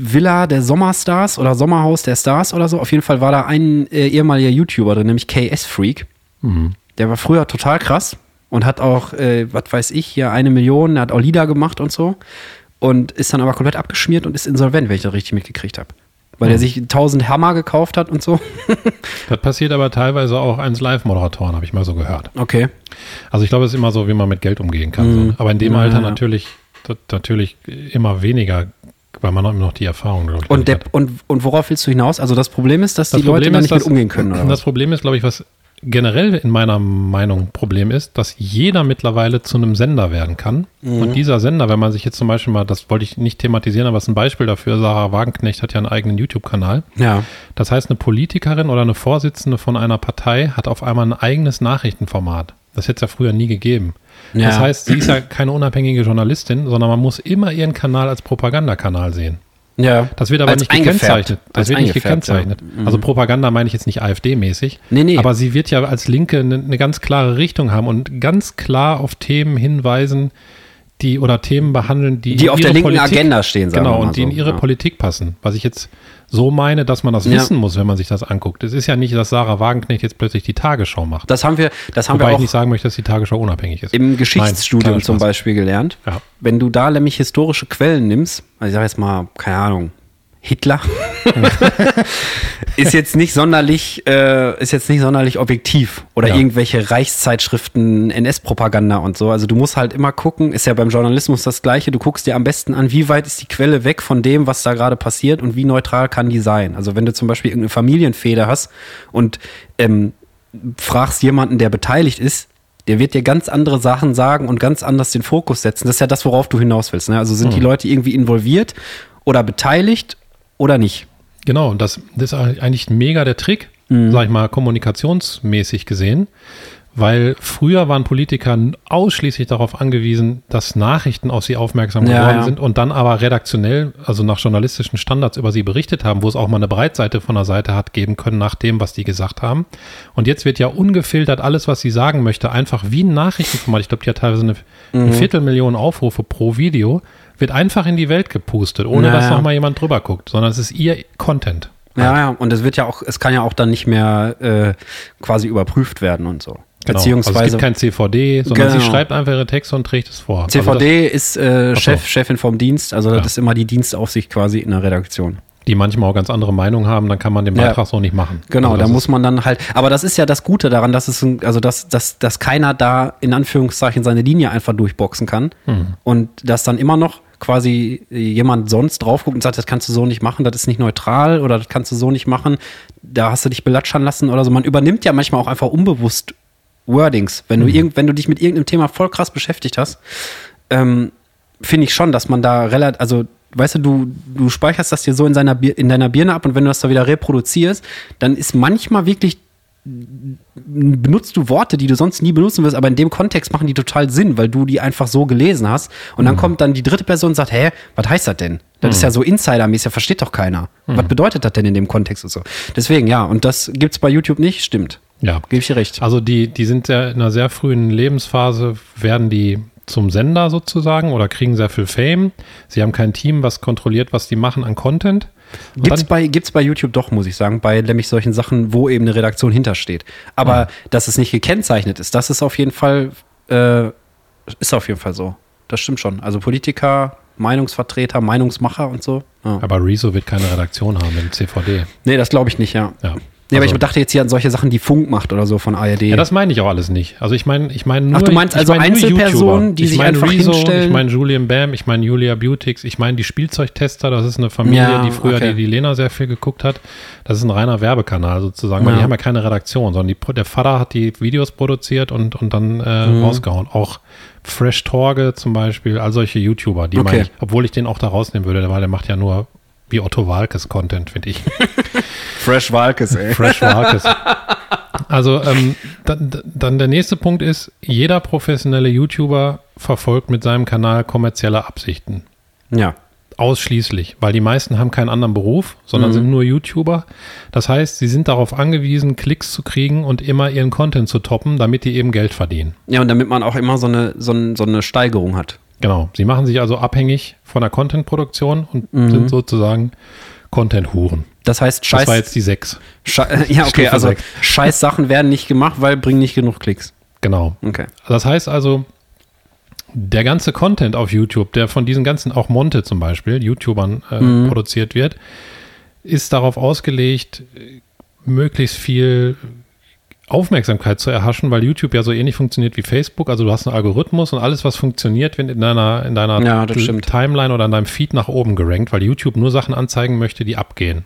A: Villa der Sommerstars oder Sommerhaus der Stars oder so. Auf jeden Fall war da ein äh, ehemaliger YouTuber drin, nämlich KS Freak.
B: Mhm.
A: Der war früher total krass und hat auch, äh, was weiß ich, hier eine Million, der hat auch Lieder gemacht und so. Und ist dann aber komplett abgeschmiert und ist insolvent, wenn ich das richtig mitgekriegt habe. Weil er sich 1000 Hammer gekauft hat und so.
B: Das passiert aber teilweise auch eins Live-Moderatoren, habe ich mal so gehört.
A: Okay.
B: Also ich glaube, es ist immer so, wie man mit Geld umgehen kann. So. ne? Aber in dem
A: Mhm. Ja,
B: Alter
A: ja.
B: natürlich, das, natürlich immer weniger, weil man immer noch die Erfahrung, glaube ich,
A: Und,
B: nicht
A: der,
B: hat.
A: und, und worauf willst du hinaus? Also das Problem ist, dass die Leute da nicht mit umgehen können. Oder
B: Das
A: was?
B: Problem ist, glaube ich, was generell in meiner Meinung Problem ist, dass jeder mittlerweile zu einem Sender werden kann.
A: Mhm.
B: Und dieser Sender, wenn man sich jetzt zum Beispiel mal, das wollte ich nicht thematisieren, aber es ist ein Beispiel dafür, Sarah Wagenknecht hat ja einen eigenen YouTube-Kanal.
A: Ja.
B: Das heißt, eine Politikerin oder eine Vorsitzende von einer Partei hat auf einmal ein eigenes Nachrichtenformat. Das hätte es ja früher nie gegeben.
A: Ja.
B: Das heißt, sie ist ja keine unabhängige Journalistin, sondern man muss immer ihren Kanal als Propagandakanal sehen.
A: ja.
B: Das wird aber
A: Als
B: nicht
A: eingefärbt.
B: gekennzeichnet. Das
A: Als
B: wird nicht
A: eingefärbt, Mhm.
B: gekennzeichnet. Also Propaganda meine ich jetzt nicht AfD-mäßig.
A: Nee, nee.
B: Aber sie wird ja als Linke eine eine ganz klare Richtung haben und ganz klar auf Themen hinweisen, die oder Themen behandeln, die,
A: Ja. Die auf der
B: ihre
A: linken
B: Politik-
A: Agenda stehen, sagen
B: Genau,
A: wir mal
B: und die
A: so.
B: in ihre
A: ja.
B: Politik passen. Was ich jetzt so meine, dass man das
A: Ja.
B: wissen muss, wenn man sich das anguckt. Es ist ja nicht, dass Sarah Wagenknecht jetzt plötzlich die Tagesschau macht.
A: Das haben wir, das haben
B: Wobei
A: wir
B: ich nicht
A: auch
B: sagen möchte, dass die Tagesschau unabhängig ist.
A: im
B: Nein,
A: Geschichtsstudium
B: kleiner
A: zum
B: Spaß.
A: Beispiel gelernt.
B: Ja.
A: Wenn du da nämlich historische Quellen nimmst, also ich sag jetzt mal, keine Ahnung, Hitler ist jetzt nicht sonderlich, äh, ist jetzt nicht sonderlich objektiv oder
B: Ja.
A: irgendwelche Reichszeitschriften, NS-Propaganda und so. Also du musst halt immer gucken, ist ja beim Journalismus das Gleiche. Du guckst dir am besten an, wie weit ist die Quelle weg von dem, was da gerade passiert und wie neutral kann die sein. Also wenn du zum Beispiel irgendeine Familienfehde hast und ähm, fragst jemanden, der beteiligt ist, der wird dir ganz andere Sachen sagen und ganz anders den Fokus setzen. Das ist ja das, worauf du hinaus willst. Ne? Also sind die Leute irgendwie involviert oder beteiligt oder nicht?
B: Genau, und das, das ist eigentlich mega der Trick,
A: Mhm.
B: sag ich mal, kommunikationsmäßig gesehen. Weil früher waren Politiker ausschließlich darauf angewiesen, dass Nachrichten auf sie aufmerksam
A: Ja,
B: geworden
A: ja.
B: sind und dann aber redaktionell, also nach journalistischen Standards über sie berichtet haben, wo es auch mal eine Breitseite von der Seite hat geben können nach dem, was die gesagt haben. Und jetzt wird ja ungefiltert alles, was sie sagen möchte, einfach wie ein Nachrichtenformat. Ich glaube, die hat teilweise eine,
A: Mhm.
B: eine Viertelmillion Aufrufe pro Video, wird einfach in die Welt gepustet, ohne
A: Ja,
B: dass
A: ja.
B: nochmal jemand drüber guckt, sondern es ist ihr Content. Genau. Also
A: Ja, ja, und es wird ja auch, es kann ja auch dann nicht mehr äh, quasi überprüft werden und so. Beziehungsweise
B: also es gibt kein CVD, sondern
A: Genau.
B: sie schreibt einfach ihre Texte und trägt es vor. Also das,
A: CVD ist äh,
B: so.
A: Chef, Chefin vom Dienst, also
B: Ja.
A: das ist immer die Dienstaufsicht quasi in der Redaktion.
B: die manchmal auch ganz andere Meinungen haben, dann kann man den
A: Ja.
B: Beitrag so nicht machen.
A: Genau,
B: also
A: da
B: das
A: muss man dann halt, aber das ist ja das Gute daran, dass es, ein- also dass, dass, dass keiner da in Anführungszeichen seine Linie einfach durchboxen kann
B: Hm.
A: und dass dann immer noch quasi jemand sonst drauf guckt und sagt, das kannst du so nicht machen, das ist nicht neutral oder das kannst du so nicht machen, da hast du dich belatschern lassen oder so. Man übernimmt ja manchmal auch einfach unbewusst Wordings. Wenn du,
B: Hm.
A: irgend, wenn du dich mit irgendeinem Thema voll krass beschäftigt hast, ähm, finde ich schon, dass man da relativ, also weißt du, du, du speicherst das dir so in, seiner, Bir- in deiner Birne ab und wenn du das da wieder reproduzierst, dann ist manchmal wirklich benutzt du Worte, die du sonst nie benutzen wirst, aber in dem Kontext machen die total Sinn, weil du die einfach so gelesen hast. Und dann kommt dann die dritte Person und sagt, hä, was heißt das denn? Das ist ja so Insidermäßig, das versteht doch keiner. Was bedeutet das denn in dem Kontext und so? Deswegen, ja, und das gibt's bei YouTube nicht, stimmt.
B: ja.
A: Gebe ich dir recht.
B: Also die, die sind sehr, in einer sehr frühen Lebensphase, werden die zum Sender sozusagen oder kriegen sehr viel Fame. Sie haben kein Team, was kontrolliert, was die machen an Content. Und
A: Gibt's
B: dann-
A: bei, gibt's bei YouTube doch, muss ich sagen, bei nämlich solchen Sachen, wo eben eine Redaktion hintersteht. Aber dass es nicht gekennzeichnet ist, das ist auf jeden Fall, äh, ist auf jeden Fall so. Das stimmt schon. Also Politiker Meinungsvertreter, Meinungsmacher und so. Ja.
B: Aber Rezo wird keine Redaktion haben im CVD.
A: Nee, das glaube ich nicht, ja.
B: Ja.
A: Nee,
B: Also-
A: aber ich dachte jetzt hier an solche Sachen, die Funk macht oder so von ARD.
B: Ja, das meine ich auch alles nicht. Also ich meine, ich meine nur.
A: Ach, du meinst
B: ich
A: also
B: meine nur
A: Einzelpersonen,
B: YouTuber.
A: die
B: ich
A: sich
B: meine
A: einfach
B: Rezo, Ich
A: hinstellen?
B: meine Julian Bam, ich meine Julia Beautix, ich meine die Spielzeugtester, das ist eine Familie,
A: Ja,
B: die früher
A: okay.
B: die, die Lena sehr viel geguckt hat. Das ist ein reiner Werbekanal sozusagen, weil
A: Ja.
B: die haben ja keine Redaktion, sondern die, Pro- der Vater hat die Videos produziert und, und dann äh,
A: Mhm.
B: rausgehauen. Auch Fresh Torge zum Beispiel, all solche YouTuber, die
A: Okay.
B: meine ich, obwohl ich den auch da rausnehmen würde, weil der macht ja nur wie Otto Walkes Content, finde ich.
A: Fresh Walkes, ey.
B: Fresh Marcus. Also ähm, dann, dann der nächste Punkt ist, jeder professionelle YouTuber verfolgt mit seinem Kanal kommerzielle Absichten.
A: Ja.
B: Ausschließlich, weil die meisten haben keinen anderen Beruf, sondern sind nur YouTuber. Das heißt, sie sind darauf angewiesen, Klicks zu kriegen und immer ihren Content zu toppen, damit die eben Geld verdienen.
A: Ja, und damit man auch immer so eine, so ein- so eine Steigerung hat.
B: Genau, sie machen sich also abhängig von der Content-Produktion und sind sozusagen Content-Huren.
A: Das heißt,
B: Das
A: scheiß,
B: war jetzt die sechs.
A: schei- ja, okay,
B: Stufe
A: also
B: sechs.
A: scheiß Sachen werden nicht gemacht, weil bringen nicht genug Klicks.
B: Genau.
A: Okay.
B: Das heißt also, der ganze Content auf YouTube, der von diesen ganzen, auch Monte zum Beispiel, YouTubern äh,
A: Mhm.
B: produziert wird, ist darauf ausgelegt, äh, möglichst viel Aufmerksamkeit zu erhaschen, weil YouTube ja so ähnlich funktioniert wie Facebook. Also du hast einen Algorithmus und alles, was funktioniert, wird in deiner, in deiner
A: Ja, das
B: T-
A: stimmt.
B: Timeline oder in deinem Feed nach oben gerankt, weil YouTube nur Sachen anzeigen möchte, die abgehen.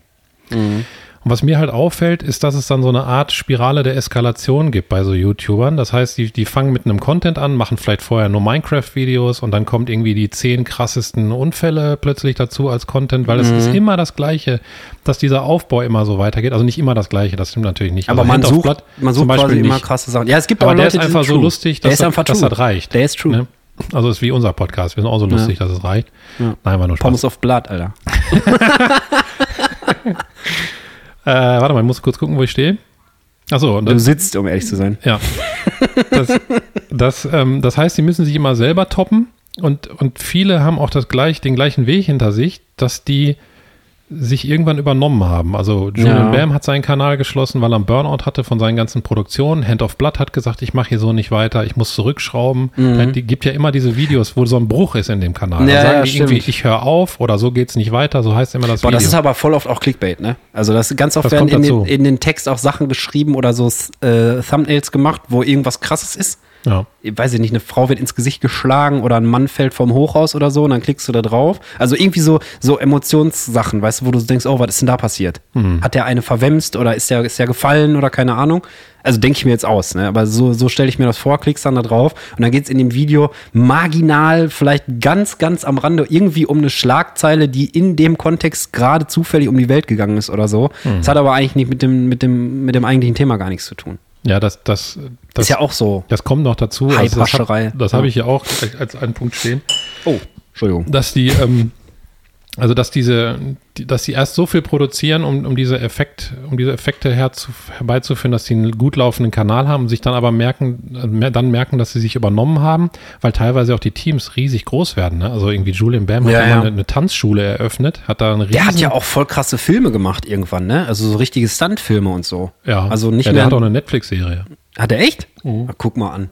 B: Und was mir halt auffällt, ist, dass es dann so eine Art Spirale der Eskalation gibt bei so YouTubern. Das heißt, die, die fangen mit einem Content an, machen vielleicht vorher nur Minecraft-Videos und dann kommt irgendwie die zehn krassesten Unfälle plötzlich dazu als Content, weil es
A: Mhm.
B: ist immer das Gleiche, dass dieser Aufbau immer so weitergeht. Also nicht immer das Gleiche, das stimmt natürlich nicht.
A: Aber
B: also
A: man
B: Hand auf
A: sucht,
B: Blatt
A: man
B: zum
A: sucht
B: Beispiel
A: quasi immer
B: nicht.
A: krasse Sachen. Ja, es gibt
B: Aber
A: auch
B: der
A: Leute,
B: ist
A: die sind
B: einfach so
A: true.
B: lustig,
A: der
B: dass
A: ist
B: das-
A: einfach
B: dass
A: true.
B: das reicht.
A: Der ist true.
B: Ne? Also ist wie unser Podcast. Wir sind auch so lustig, dass es reicht. Nein, war nur Spaß.
A: Pommes of Blood, Alter.
B: Äh, warte mal, ich muss kurz gucken, wo ich stehe. Achso, und
A: Du
B: das,
A: sitzt, um ehrlich zu sein.
B: Ja. Das, das, ähm, das heißt, sie müssen sich immer selber toppen und, und viele haben auch das gleich, den gleichen Weg hinter sich, dass die sich irgendwann übernommen haben. Also
A: Ja.
B: Julian Bam hat seinen Kanal geschlossen, weil er einen Burnout hatte von seinen ganzen Produktionen. Hand of Blood hat gesagt, ich mache hier so nicht weiter, ich muss zurückschrauben. Mhm. Die gibt ja immer diese Videos, wo so ein Bruch ist in dem Kanal.
A: Ja,
B: da sagen
A: ja,
B: die irgendwie,
A: stimmt.
B: ich höre auf oder so geht's nicht weiter, so heißt immer das
A: Boah,
B: Video.
A: das ist aber voll oft auch Clickbait, ne? Also das ganz oft
B: Das
A: werden
B: kommt
A: in
B: dazu.
A: den, in den Text auch Sachen geschrieben oder so äh, Thumbnails gemacht, wo irgendwas krasses ist. halt
B: ja.
A: Ich weiß ich nicht, eine Frau wird ins Gesicht geschlagen oder ein Mann fällt vom Hochhaus oder so und dann klickst du da drauf. Also irgendwie so, so Emotionssachen, weißt du, wo du denkst, oh, was ist denn da passiert? Hat der eine verwemst oder ist der, ist der gefallen oder keine Ahnung? Also denke ich mir jetzt aus, ne? aber so, so stelle ich mir das vor, klickst dann da drauf und dann geht es in dem Video marginal, vielleicht ganz, ganz am Rande irgendwie um eine Schlagzeile, die in dem Kontext gerade zufällig um die Welt gegangen ist oder so. Das hat aber eigentlich nicht mit dem, mit dem, mit dem eigentlichen Thema gar nichts zu tun.
B: ja, das, das, das
A: ist ja auch so.
B: Das kommt noch dazu. Also das
A: Hypehascherei.
B: hab- das habe ich ja auch als einen Punkt stehen,
A: Oh, Entschuldigung.
B: dass die, ähm, also dass diese, die, dass sie erst so viel produzieren, um, um diese Effekt, um diese Effekte herzu, herbeizuführen, dass sie einen gut laufenden Kanal haben, sich dann aber merken, äh, mer- dann merken, dass sie sich übernommen haben, weil teilweise auch die Teams riesig groß werden. Ne? Also irgendwie Julian Bam hat
A: Ja,
B: ja,
A: ja.
B: Eine, eine Tanzschule eröffnet, hat da einen riesen,
A: Der hat ja auch voll krasse Filme gemacht irgendwann, ne? Also so richtige Stuntfilme und so.
B: ja,
A: Also nicht
B: ja, der
A: mehr.
B: hat Mhm. auch eine Netflix-Serie.
A: hat er echt? Na, guck mal an.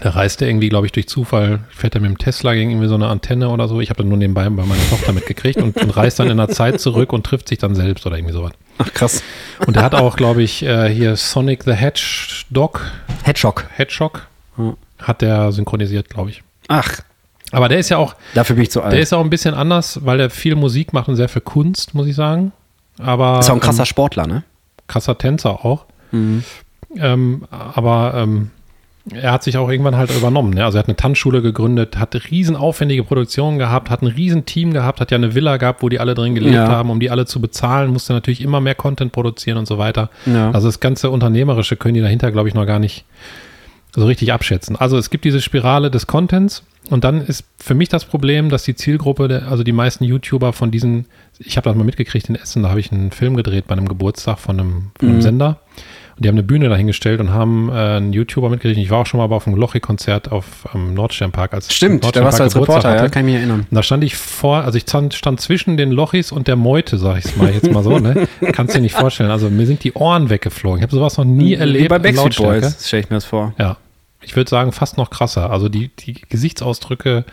B: Da reist er irgendwie, glaube ich, durch Zufall, fährt er mit dem Tesla gegen irgendwie so eine Antenne oder so. Ich habe dann nur nebenbei bei meiner Tochter mitgekriegt und, und reist dann in der Zeit zurück und trifft sich dann selbst oder irgendwie sowas.
A: Ach krass.
B: Und er hat auch, glaube ich, äh, hier Sonic the Hedgehog,
A: Hedgehog.
B: Hedgehog hat er synchronisiert, glaube ich.
A: Ach,
B: Aber der ist ja auch,
A: dafür bin ich zu alt.
B: der ist auch ein bisschen anders, weil er viel Musik macht und sehr viel Kunst, muss ich sagen. Aber ähm,
A: ist auch ein krasser Sportler, ne?
B: krasser Tänzer auch.
A: Mhm.
B: Ähm, aber ähm, er hat sich auch irgendwann halt übernommen. Ne? Also er hat eine Tanzschule gegründet, hat riesen aufwendige Produktionen gehabt, hat ein riesen Team gehabt, hat ja eine Villa gehabt, wo die alle drin gelebt
A: Ja.
B: haben. Um die alle zu bezahlen, musste natürlich immer mehr Content produzieren und so weiter.
A: Ja.
B: Also das ganze Unternehmerische können die dahinter, glaube ich, noch gar nicht so richtig abschätzen. Also es gibt diese Spirale des Contents und dann ist für mich das Problem, dass die Zielgruppe, der- also die meisten YouTuber von diesen, ich habe das mal mitgekriegt in Essen, da habe ich einen Film gedreht bei einem Geburtstag von einem, von
A: Mhm.
B: einem Sender und die haben eine Bühne dahingestellt und haben äh, einen YouTuber mitgekriegt. Ich war auch schon mal auf einem Lochi-Konzert auf ähm, Nordsternpark als
A: Stimmt, da warst du als
B: Geburtstag
A: Reporter, ja,
B: hatte.
A: kann ich mich erinnern.
B: Und da stand ich vor, also ich stand, stand zwischen den Lochis und der Meute, sag ich mal jetzt mal so, ne? Kannst dir nicht vorstellen. Also mir sind die Ohren weggeflogen. Ich habe sowas noch nie erlebt.
A: Wie bei Backstreet
B: Lautstärke.
A: Boys, stelle ich mir das vor.
B: Ja. Ich würde sagen, fast noch krasser. Also die, die Gesichtsausdrücke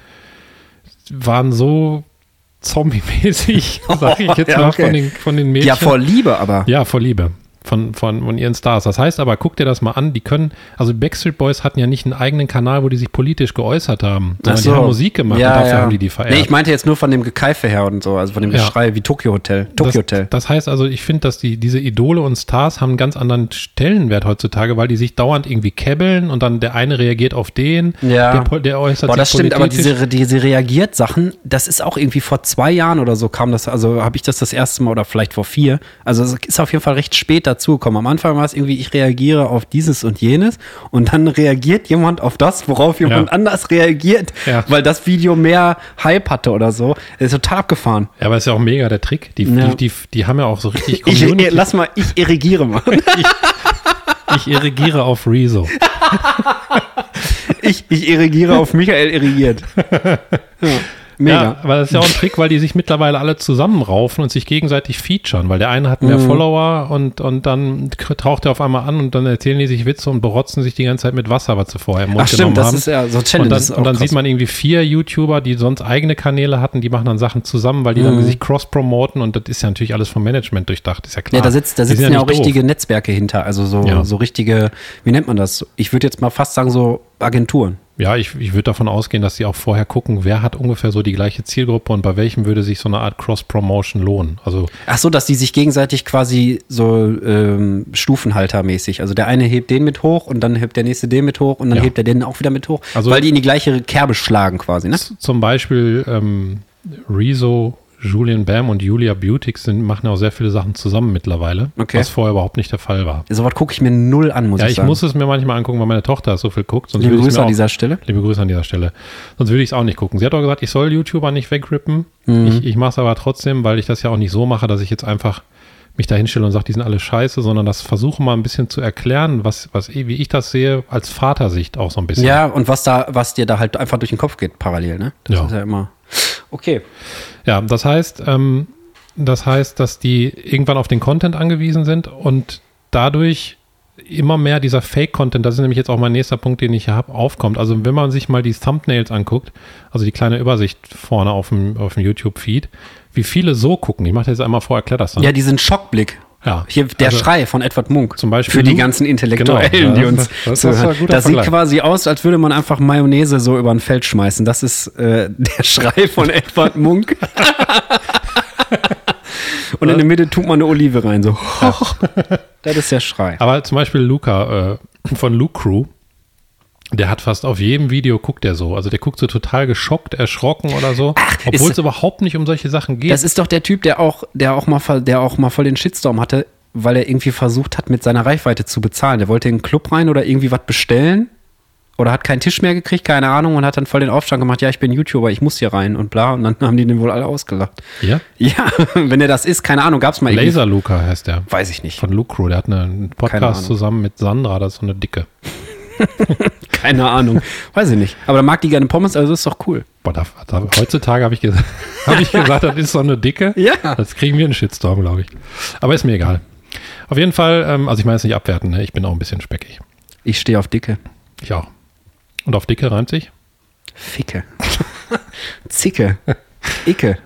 B: waren so zombie-mäßig, sage ich jetzt
A: Ja,
B: mal,
A: okay.
B: von den, von den Mädchen.
A: Ja, vor Liebe aber.
B: Ja, vor Liebe. Von, von, von ihren Stars. Das heißt aber, guck dir das mal an, die können, also Backstreet Boys hatten ja nicht einen eigenen Kanal, wo die sich politisch geäußert haben, sondern
A: Ach so.
B: die haben Musik gemacht
A: ja,
B: und dafür
A: ja.
B: haben die die verehrt.
A: Nee, ich meinte jetzt nur von dem Gekeife her und so, also von dem
B: Ja.
A: Geschrei wie Tokyo Hotel. Tokyo Hotel.
B: Das, das heißt also, ich finde, dass die, diese Idole und Stars haben einen ganz anderen Stellenwert heutzutage, weil die sich dauernd irgendwie kebbeln und dann der eine reagiert auf den,
A: Ja.
B: der, pol- der äußert
A: Boah, das
B: sich
A: stimmt, aber
B: politisch.
A: diese, diese reagiert Sachen, das ist auch irgendwie vor zwei Jahren oder so kam das, also habe ich das das erste Mal oder vielleicht vor vier. Also es ist auf jeden Fall recht spät dazugekommen. Am Anfang war es irgendwie, ich reagiere auf dieses und jenes und dann reagiert jemand auf das, worauf jemand
B: Ja.
A: anders reagiert,
B: Ja.
A: weil das Video mehr Hype hatte oder so. Das ist total abgefahren.
B: Ja, aber ist ja auch mega der Trick. Die,
A: Ja.
B: die, die, die haben ja auch so richtig
A: Ich,
B: Community.
A: lass mal, ich irrigiere mal.
B: ich irrigiere auf Rezo.
A: Ich, ich irrigiere auf Michael irrigiert. Ja, mega.
B: Ja, aber das ist ja auch ein Trick, weil die sich mittlerweile alle zusammenraufen und sich gegenseitig featuren, weil der eine hat
A: Mhm.
B: mehr Follower und, und dann k- taucht er auf einmal an und dann erzählen die sich Witze und berotzen sich die ganze Zeit mit Wasser, was sie vorher im Mund
A: Ach stimmt,
B: genommen
A: das
B: haben.
A: ist ja so Challenge.
B: und dann,
A: das ist auch
B: und dann
A: krass.
B: sieht man irgendwie vier YouTuber, die sonst eigene Kanäle hatten, die machen dann Sachen zusammen, weil die dann sich cross-promoten und das ist ja natürlich alles vom Management durchdacht, ist ja klar.
A: Mhm. Ja, da, sitzt, da
B: Ah, Die sind
A: sitzen ja,
B: nicht
A: auch
B: doof.
A: richtige Netzwerke hinter, also so,
B: Ja.
A: so richtige, wie nennt man das? Ich würde jetzt mal fast sagen, so Agenturen.
B: Ja, ich, ich würde davon ausgehen, dass sie auch vorher gucken, wer hat ungefähr so die gleiche Zielgruppe und bei welchem würde sich so eine Art Cross-Promotion lohnen. Also
A: Ach so, dass die sich gegenseitig quasi so ähm, Stufenhaltermäßig. Also der eine hebt den mit hoch und dann hebt der nächste den mit hoch und dann
B: Ja.
A: hebt er den auch wieder mit hoch,
B: Also-
A: weil die in die gleiche Kerbe schlagen quasi. Ne?
B: Z- zum Beispiel ähm, Rezo, Julian Bam und Julia Beautix sind, machen ja auch sehr viele Sachen zusammen mittlerweile,
A: Okay.
B: was vorher überhaupt nicht der Fall war.
A: Sowas gucke ich mir null an, muss
B: ja,
A: ich
B: ich
A: sagen.
B: muss es mir manchmal angucken, weil meine Tochter so viel guckt. Sonst
A: Liebe
B: würde ich's
A: Grüße
B: mir
A: an
B: auch-
A: dieser Stelle.
B: Liebe Grüße an dieser Stelle. Sonst würde ich es auch nicht gucken. Sie hat auch gesagt, ich soll YouTuber nicht wegrippen.
A: Mhm.
B: Ich, ich mache es aber trotzdem, weil ich das ja auch nicht so mache, dass ich jetzt einfach mich da hinstelle und sage, die sind alle scheiße, sondern das versuche mal ein bisschen zu erklären, was, was, wie ich das sehe, als Vatersicht auch so ein bisschen.
A: Ja, und was da, was dir da halt einfach durch den Kopf geht, parallel, ne? Das
B: Ja.
A: ist ja immer. Okay.
B: Ja, das heißt, ähm, das heißt, dass die irgendwann auf den Content angewiesen sind und dadurch immer mehr dieser Fake-Content, das ist nämlich jetzt auch mein nächster Punkt, den ich hier habe, aufkommt. Also wenn man sich mal die Thumbnails anguckt, also die kleine Übersicht vorne auf dem, auf dem YouTube-Feed, wie viele so gucken. Ich mache das jetzt einmal vor, erklär das dann.
A: Ja, diesen Schockblick.
B: Ja.
A: Hier der
B: Also-
A: Schrei von Edward Munk.
B: Zum Beispiel
A: Für die
B: Lu-
A: ganzen Intellektuellen,
B: Genau, ja,
A: die
B: das-
A: uns
B: das- das war ein
A: zuhören.
B: guter
A: Das sieht
B: Vergleich.
A: quasi aus, als würde man einfach Mayonnaise so über ein Feld schmeißen. Das ist äh, der Schrei von Edward Munk. Und in der Mitte tut man eine Olive rein. So. Das ist der Schrei.
B: Aber zum Beispiel Luca äh, von Luke Crew, der hat fast auf jedem Video guckt er so. Also der guckt so total geschockt, erschrocken oder so, obwohl
A: ist-
B: es überhaupt nicht um solche Sachen geht.
A: Das ist doch der Typ, der auch, der auch mal, voll- der auch mal voll den Shitstorm hatte, weil er irgendwie versucht hat, mit seiner Reichweite zu bezahlen. Der wollte in einen Club rein oder irgendwie was bestellen oder hat keinen Tisch mehr gekriegt, keine Ahnung, und hat dann voll den Aufstand gemacht. Ja, ich bin YouTuber, ich muss hier rein und bla. Und dann haben die den wohl alle ausgelacht.
B: ja?
A: Ja, wenn er das ist, keine Ahnung, gab's mal irgendwie-
B: Laser Luca heißt der.
A: Weiß ich nicht.
B: Von Lucro, der hat eine- einen
A: Keine Ahnung.
B: Podcast zusammen mit Sandra, das ist so eine dicke.
A: Keine Ahnung. Weiß ich nicht. Aber da mag die gerne Pommes, also ist doch cool.
B: Boah, da, da, heutzutage habe ich, ges hab ich gesagt, das ist so eine dicke.
A: Ja.
B: Das kriegen wir einen Shitstorm, glaube ich. Aber ist mir egal. Auf jeden Fall, ähm, also ich meine es nicht abwerten, ne? ich bin auch ein bisschen speckig.
A: Ich stehe auf Dicke.
B: Ich auch. Und auf dicke reimt sich?
A: Ficke. Zicke. Icke.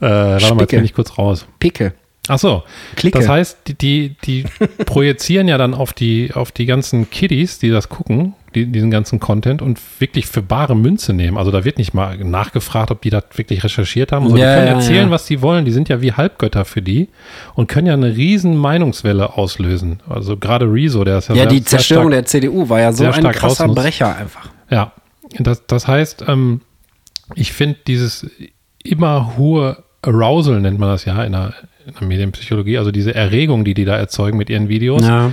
B: Äh, warte mal, jetzt
A: Spicke.
B: bin ich kurz raus.
A: Picke.
B: Ach so.
A: Clique.
B: Das heißt, die, die, die projizieren ja dann auf die, auf die ganzen Kiddies, die das gucken, die, diesen ganzen Content und wirklich für bare Münze nehmen. Also da wird nicht mal nachgefragt, ob die das wirklich recherchiert haben. Also
A: Ja,
B: die können
A: ja,
B: erzählen,
A: ja.
B: was sie wollen. Die sind ja wie Halbgötter für die und können ja eine riesen Meinungswelle auslösen. Also gerade Rezo, der ist ja
A: Ja,
B: sehr,
A: die
B: sehr
A: Zerstörung der
B: stark-
A: CDU war ja so
B: sehr
A: ein
B: stark
A: krasser
B: ausnutzt.
A: Brecher einfach.
B: Ja, das, das heißt, ähm, ich finde dieses immer hohe Arousal, nennt man das ja in der, in der Medienpsychologie, also diese Erregung, die die da erzeugen mit ihren Videos,
A: Ja.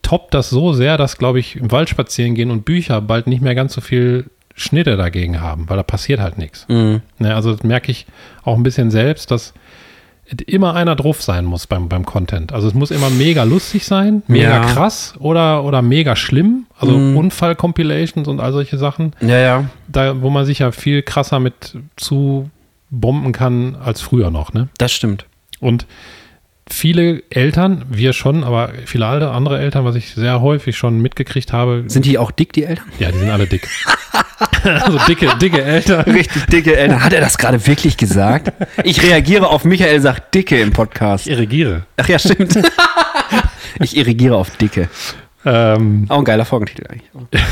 B: toppt das so sehr, dass, glaube ich, im Wald spazieren gehen und Bücher bald nicht mehr ganz so viel Schnitte dagegen haben, weil da passiert halt nichts.
A: Mhm.
B: Ne, also das merke ich auch ein bisschen selbst, dass immer einer drauf sein muss beim, beim Content. Also es muss immer mega lustig sein, mega
A: Ja. Mhm.
B: krass oder, oder mega schlimm. Also Unfall-Compilations und all solche Sachen,
A: Ja, ja.
B: da, wo man sich ja viel krasser mit zu bomben kann als früher noch. Ne?
A: Das stimmt.
B: Und viele Eltern, wir schon, aber viele alte, andere Eltern, was ich sehr häufig schon mitgekriegt habe.
A: Sind die auch dick, die Eltern?
B: Ja, die sind alle dick. also dicke, dicke Eltern.
A: Richtig dicke Eltern. Hat er das gerade wirklich gesagt? Ich reagiere auf Michael sagt dicke im Podcast.
B: Ich regiere.
A: Ach ja, stimmt. Ich irrigiere auf dicke.
B: Ähm,
A: Auch ein geiler Folgentitel eigentlich.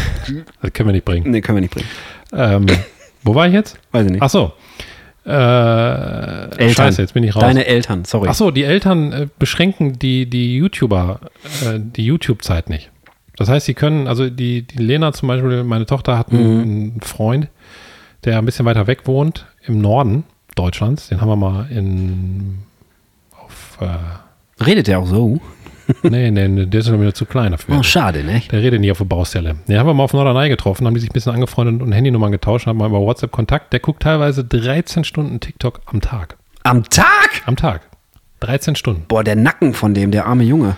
B: das können wir nicht bringen.
A: Nee, können wir nicht bringen.
B: Ähm, wo war ich jetzt?
A: Weiß ich nicht.
B: Ach so. Äh, Scheiße, jetzt bin ich raus.
A: Deine Eltern, sorry.
B: Ach so, die Eltern äh, beschränken die, die YouTuber, äh, die YouTube-Zeit nicht. Das heißt, sie können, also die, die Lena zum Beispiel, meine Tochter hat einen, einen Freund, der ein bisschen weiter weg wohnt, im Norden Deutschlands. Den haben wir mal in auf äh,
A: Redet der auch so?
B: nee, nee, nee, der ist wieder zu klein dafür.
A: Oh, schade, ne?
B: Der redet nie auf der Baustelle. Den haben wir mal auf Norderney getroffen, haben die sich ein bisschen angefreundet und Handynummern getauscht, haben mal über WhatsApp Kontakt. Der guckt teilweise 13 Stunden TikTok am Tag.
A: Am Tag?
B: Am Tag. 13 Stunden.
A: Boah, der Nacken von dem, der arme Junge.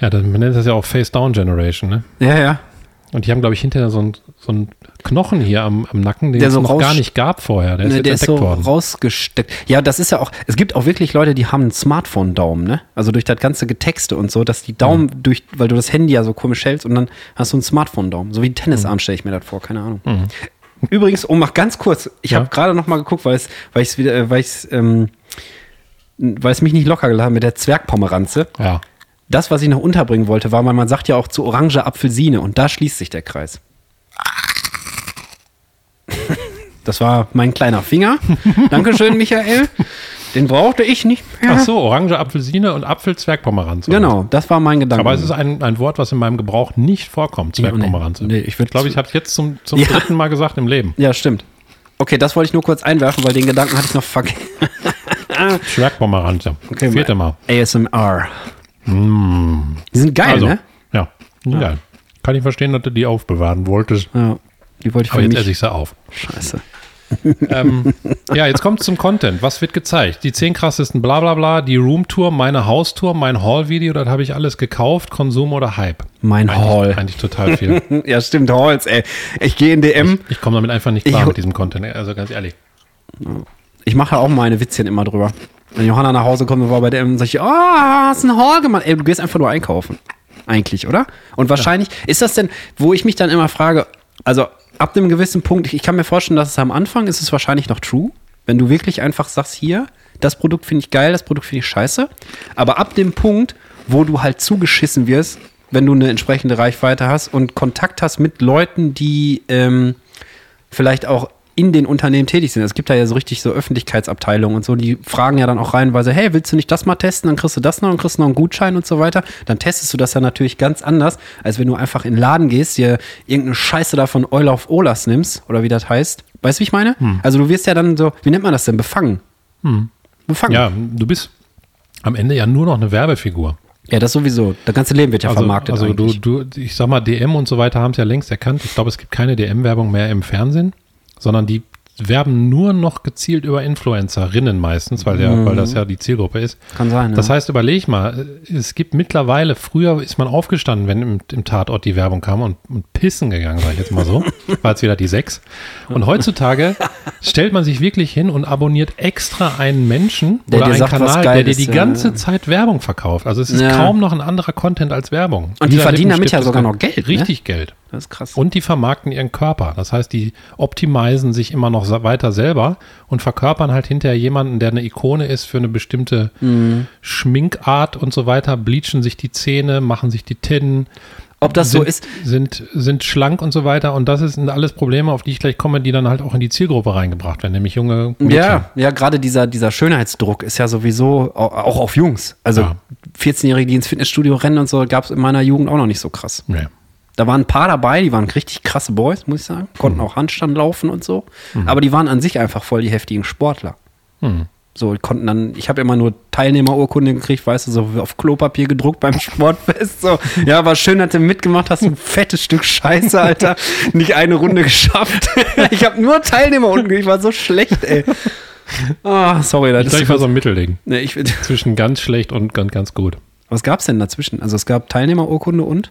B: Ja, das, man nennt das ja auch Face-Down-Generation, ne?
A: Ja, ja.
B: Und die haben, glaube ich, hinterher so einen so einen Knochen hier am, am Nacken, den
A: Der
B: es
A: so
B: noch
A: raus-
B: gar nicht gab vorher. Der ist
A: Ne,
B: jetzt
A: der ist so
B: entdeckt worden.
A: rausgesteckt. Ja, das ist ja auch, es gibt auch wirklich Leute, die haben einen Smartphone-Daumen, ne? Also durch das ganze Getexte und so, dass die Daumen
B: Mhm.
A: durch, weil du das Handy ja so komisch hältst und dann hast du einen Smartphone-Daumen. So wie ein
B: Mhm.
A: Tennisarm stelle ich mir das vor, keine Ahnung. Übrigens, um mal ganz kurz, ich
B: Ja.
A: habe gerade noch mal geguckt, weil es, weil ich es wieder, äh, weil ich ähm, weil es mich nicht locker gelassen hat mit der Zwergpomeranze.
B: Ja.
A: Das, was ich noch unterbringen wollte, war, weil man sagt ja auch zu Orange Apfelsine und da schließt sich der Kreis. Das war mein kleiner Finger. Dankeschön, Michael. Den brauchte ich nicht mehr.
B: Ach so, Orange, Apfelsine und Apfelzwergpomeranz.
A: Genau, das war mein Gedanke.
B: Aber es ist ein, ein Wort, was in meinem Gebrauch nicht vorkommt, Zwergpomeranze.
A: nee, ich würd-
B: glaube, ich habe es jetzt zum, zum
A: Ja.
B: dritten Mal gesagt im Leben.
A: ja, stimmt. Okay, das wollte ich nur kurz einwerfen, weil den Gedanken hatte ich noch vergessen.
B: Zwergpomeranze.
A: Okay,
B: Vierte Mal.
A: ASMR. Die sind geil,
B: Also,
A: ne?
B: ja. ja. Kann ich verstehen, dass du die aufbewahren wolltest.
A: Ja, die wollte ich
B: Aber
A: für
B: jetzt esse
A: mich.
B: ich sie auf.
A: Scheiße.
B: ähm, ja, jetzt kommt zum Content. Was wird gezeigt? Die zehn krassesten Blablabla, die Roomtour, meine Haustour, mein Haul-Video, das habe ich alles gekauft, Konsum oder Hype.
A: Mein
B: Eigentlich-
A: Hall.
B: Eigentlich total viel.
A: Hm, Ja, stimmt, Halls, ey. Ich gehe in DM.
B: Ich komme damit einfach nicht klar
A: Ich-
B: mit diesem Content, also ganz ehrlich.
A: Ich mache auch meine Witzchen immer drüber. Wenn Johanna nach Hause kommt und war bei der M, sag ich, oh, hast einen Haul gemacht. Ey, du gehst einfach nur einkaufen. Eigentlich, oder? Und wahrscheinlich ist das denn, wo ich mich dann immer frage, also ab einem gewissen Punkt, ich, ich kann mir vorstellen, dass es am Anfang ist es wahrscheinlich noch true, wenn du wirklich einfach sagst, hier, das Produkt finde ich geil, das Produkt finde ich scheiße. Aber ab dem Punkt, wo du halt zugeschissen wirst, wenn du eine entsprechende Reichweite hast und Kontakt hast mit Leuten, die ähm, vielleicht auch in den Unternehmen tätig sind. Es gibt da ja so richtig so Öffentlichkeitsabteilungen und so, die fragen ja dann auch reihenweise, hey, willst du nicht das mal testen, dann kriegst du das noch und kriegst noch einen Gutschein und so weiter. Dann testest du das ja natürlich ganz anders, als wenn du einfach in den Laden gehst, dir irgendeine Scheiße da von Olaf Olas nimmst oder wie das heißt. Weißt du, wie ich meine?
B: Hm.
A: Also du wirst ja dann so, wie nennt man das denn, befangen. Befangen.
B: Ja, du bist am Ende ja nur noch eine Werbefigur.
A: ja, das sowieso. Das ganze Leben wird ja
B: Also,
A: vermarktet
B: also du,
A: eigentlich.
B: du, ich sag mal, DM und so weiter haben es ja längst erkannt. Ich glaube, es gibt keine DM-Werbung mehr im Fernsehen, sondern die werben nur noch gezielt über Influencerinnen meistens, weil, ja, weil das ja die Zielgruppe ist.
A: Mhm. Kann sein, ja.
B: Das heißt, überleg mal, es gibt mittlerweile, früher ist man aufgestanden, wenn im, im Tatort die Werbung kam und, und pissen gegangen, sage ich jetzt mal so. War jetzt wieder die sechs. Und heutzutage stellt man sich wirklich hin und abonniert extra einen Menschen
A: Der
B: oder
A: dir
B: einen
A: sagt, was
B: Kanal,
A: geil
B: der dir
A: ist,
B: die
A: ja.
B: ganze Zeit Werbung verkauft. Also es ist
A: Ja.
B: kaum noch ein anderer Content als Werbung.
A: Und die
B: Dieser
A: verdienen damit
B: Lippenstift
A: ja
B: ist
A: sogar
B: da-
A: noch Geld, ne?
B: Richtig Geld.
A: das ist krass.
B: Und die vermarkten ihren Körper. Das heißt, die optimisen sich immer noch sa- weiter selber und verkörpern halt hinterher jemanden, der eine Ikone ist für eine bestimmte
A: Mhm.
B: Schminkart und so weiter, bleachen sich die Zähne, machen sich die Tinnen,
A: Ob das
B: sind,
A: so ist,
B: sind, sind schlank und so weiter. Und das sind alles Probleme, auf die ich gleich komme, die dann halt auch in die Zielgruppe reingebracht werden, nämlich junge Mädchen.
A: Ja, ja, gerade dieser, dieser Schönheitsdruck ist ja sowieso au- auch auf Jungs. Also
B: Ja.
A: 14-Jährige, die ins Fitnessstudio rennen und so, gab es in meiner Jugend auch noch nicht so krass.
B: Nee.
A: Da waren ein paar dabei, die waren richtig krasse Boys, muss ich sagen. Konnten auch Handstand laufen und so. Aber die waren an sich einfach voll die heftigen Sportler.
B: Hm.
A: So, die konnten dann, ich habe immer nur Teilnehmerurkunde gekriegt, weißt du, so auf Klopapier gedruckt beim Sportfest. So, ja, war schön, dass du mitgemacht hast, du fettes Stück Scheiße, Alter. Nicht eine Runde geschafft. ich habe nur Teilnehmerurkunden gekriegt, ich war so schlecht, ey. Ah, sorry, das
B: Ich glaube, ich
A: ist.
B: war so ein Mittelding
A: Nee, ich,
B: zwischen ganz schlecht und ganz, ganz gut.
A: was gab's denn dazwischen? Also es gab Teilnehmerurkunde und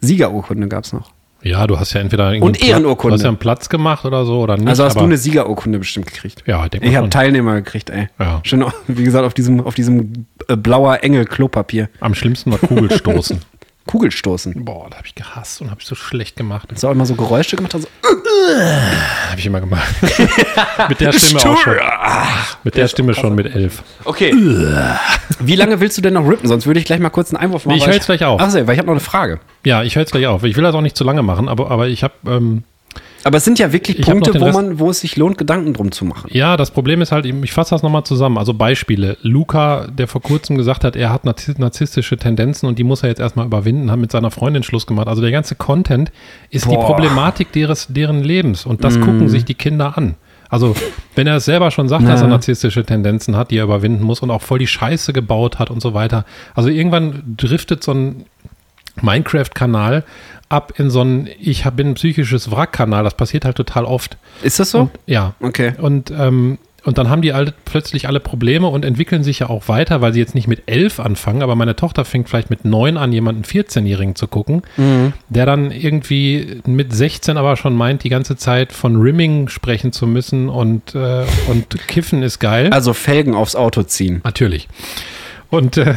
A: Siegerurkunde gab's noch.
B: Ja, du hast ja entweder irgendwie
A: Und
B: einen Pla-
A: Ehrenurkunde.
B: Du hast ja einen Platz gemacht oder so oder nicht.
A: Also hast du
B: aber-
A: eine Siegerurkunde bestimmt gekriegt.
B: Ja, ich denke
A: Ich
B: mal
A: habe
B: schon.
A: Teilnehmer gekriegt, ey.
B: Ja.
A: Schön, wie gesagt, auf diesem, auf diesem äh, blauer Engel Klopapier.
B: Am schlimmsten war Kugelstoßen.
A: Kugelstoßen.
B: Boah, da habe ich gehasst und habe ich so schlecht gemacht.
A: Hast du auch immer so Geräusche gemacht? Also,
B: Habe ich immer gemacht. mit der Stimme auch schon. Mit der Stimme schon mit elf.
A: Okay. Wie lange willst du denn noch rippen? Sonst würde ich gleich mal kurz einen Einwurf machen.
B: ich
A: weil
B: höre jetzt gleich auf.
A: Ach so, weil ich habe noch eine Frage.
B: Ja, ich höre jetzt gleich auf. Ich will das auch nicht zu lange machen, aber, aber ich habe ähm,
A: Aber es sind ja wirklich
B: Ich hab noch
A: Punkte,
B: den
A: wo,
B: Rest-
A: man, wo es sich lohnt, Gedanken drum zu machen.
B: Ja, das Problem ist halt, eben, ich fasse das nochmal zusammen. Also Beispiele. Luca, der vor kurzem gesagt hat, er hat narzi- narzisstische Tendenzen und die muss er jetzt erstmal überwinden, hat mit seiner Freundin Schluss gemacht. Also der ganze Content ist die
A: Boah.
B: Problematik deres, deren Lebens und das gucken sich die Kinder an. Also, wenn er es selber schon sagt, dass er narzisstische Tendenzen hat, die er überwinden muss und auch voll die Scheiße gebaut hat und so weiter. Also irgendwann driftet so ein Minecraft-Kanal ab in so ein Ich hab- bin ein psychisches Wrack-Kanal. Das passiert halt total oft.
A: Ist das so?
B: Und, ja.
A: Okay.
B: Und, ähm, und dann haben die alle, plötzlich alle Probleme und entwickeln sich ja auch weiter, weil sie jetzt nicht mit elf anfangen, aber meine Tochter fängt vielleicht mit neun an, jemanden 14-Jährigen zu gucken,
A: Mhm.
B: der dann irgendwie mit 16 aber schon meint, die ganze Zeit von Rimming sprechen zu müssen und, äh, und Kiffen ist geil.
A: Also Felgen aufs Auto ziehen.
B: Natürlich. Und äh,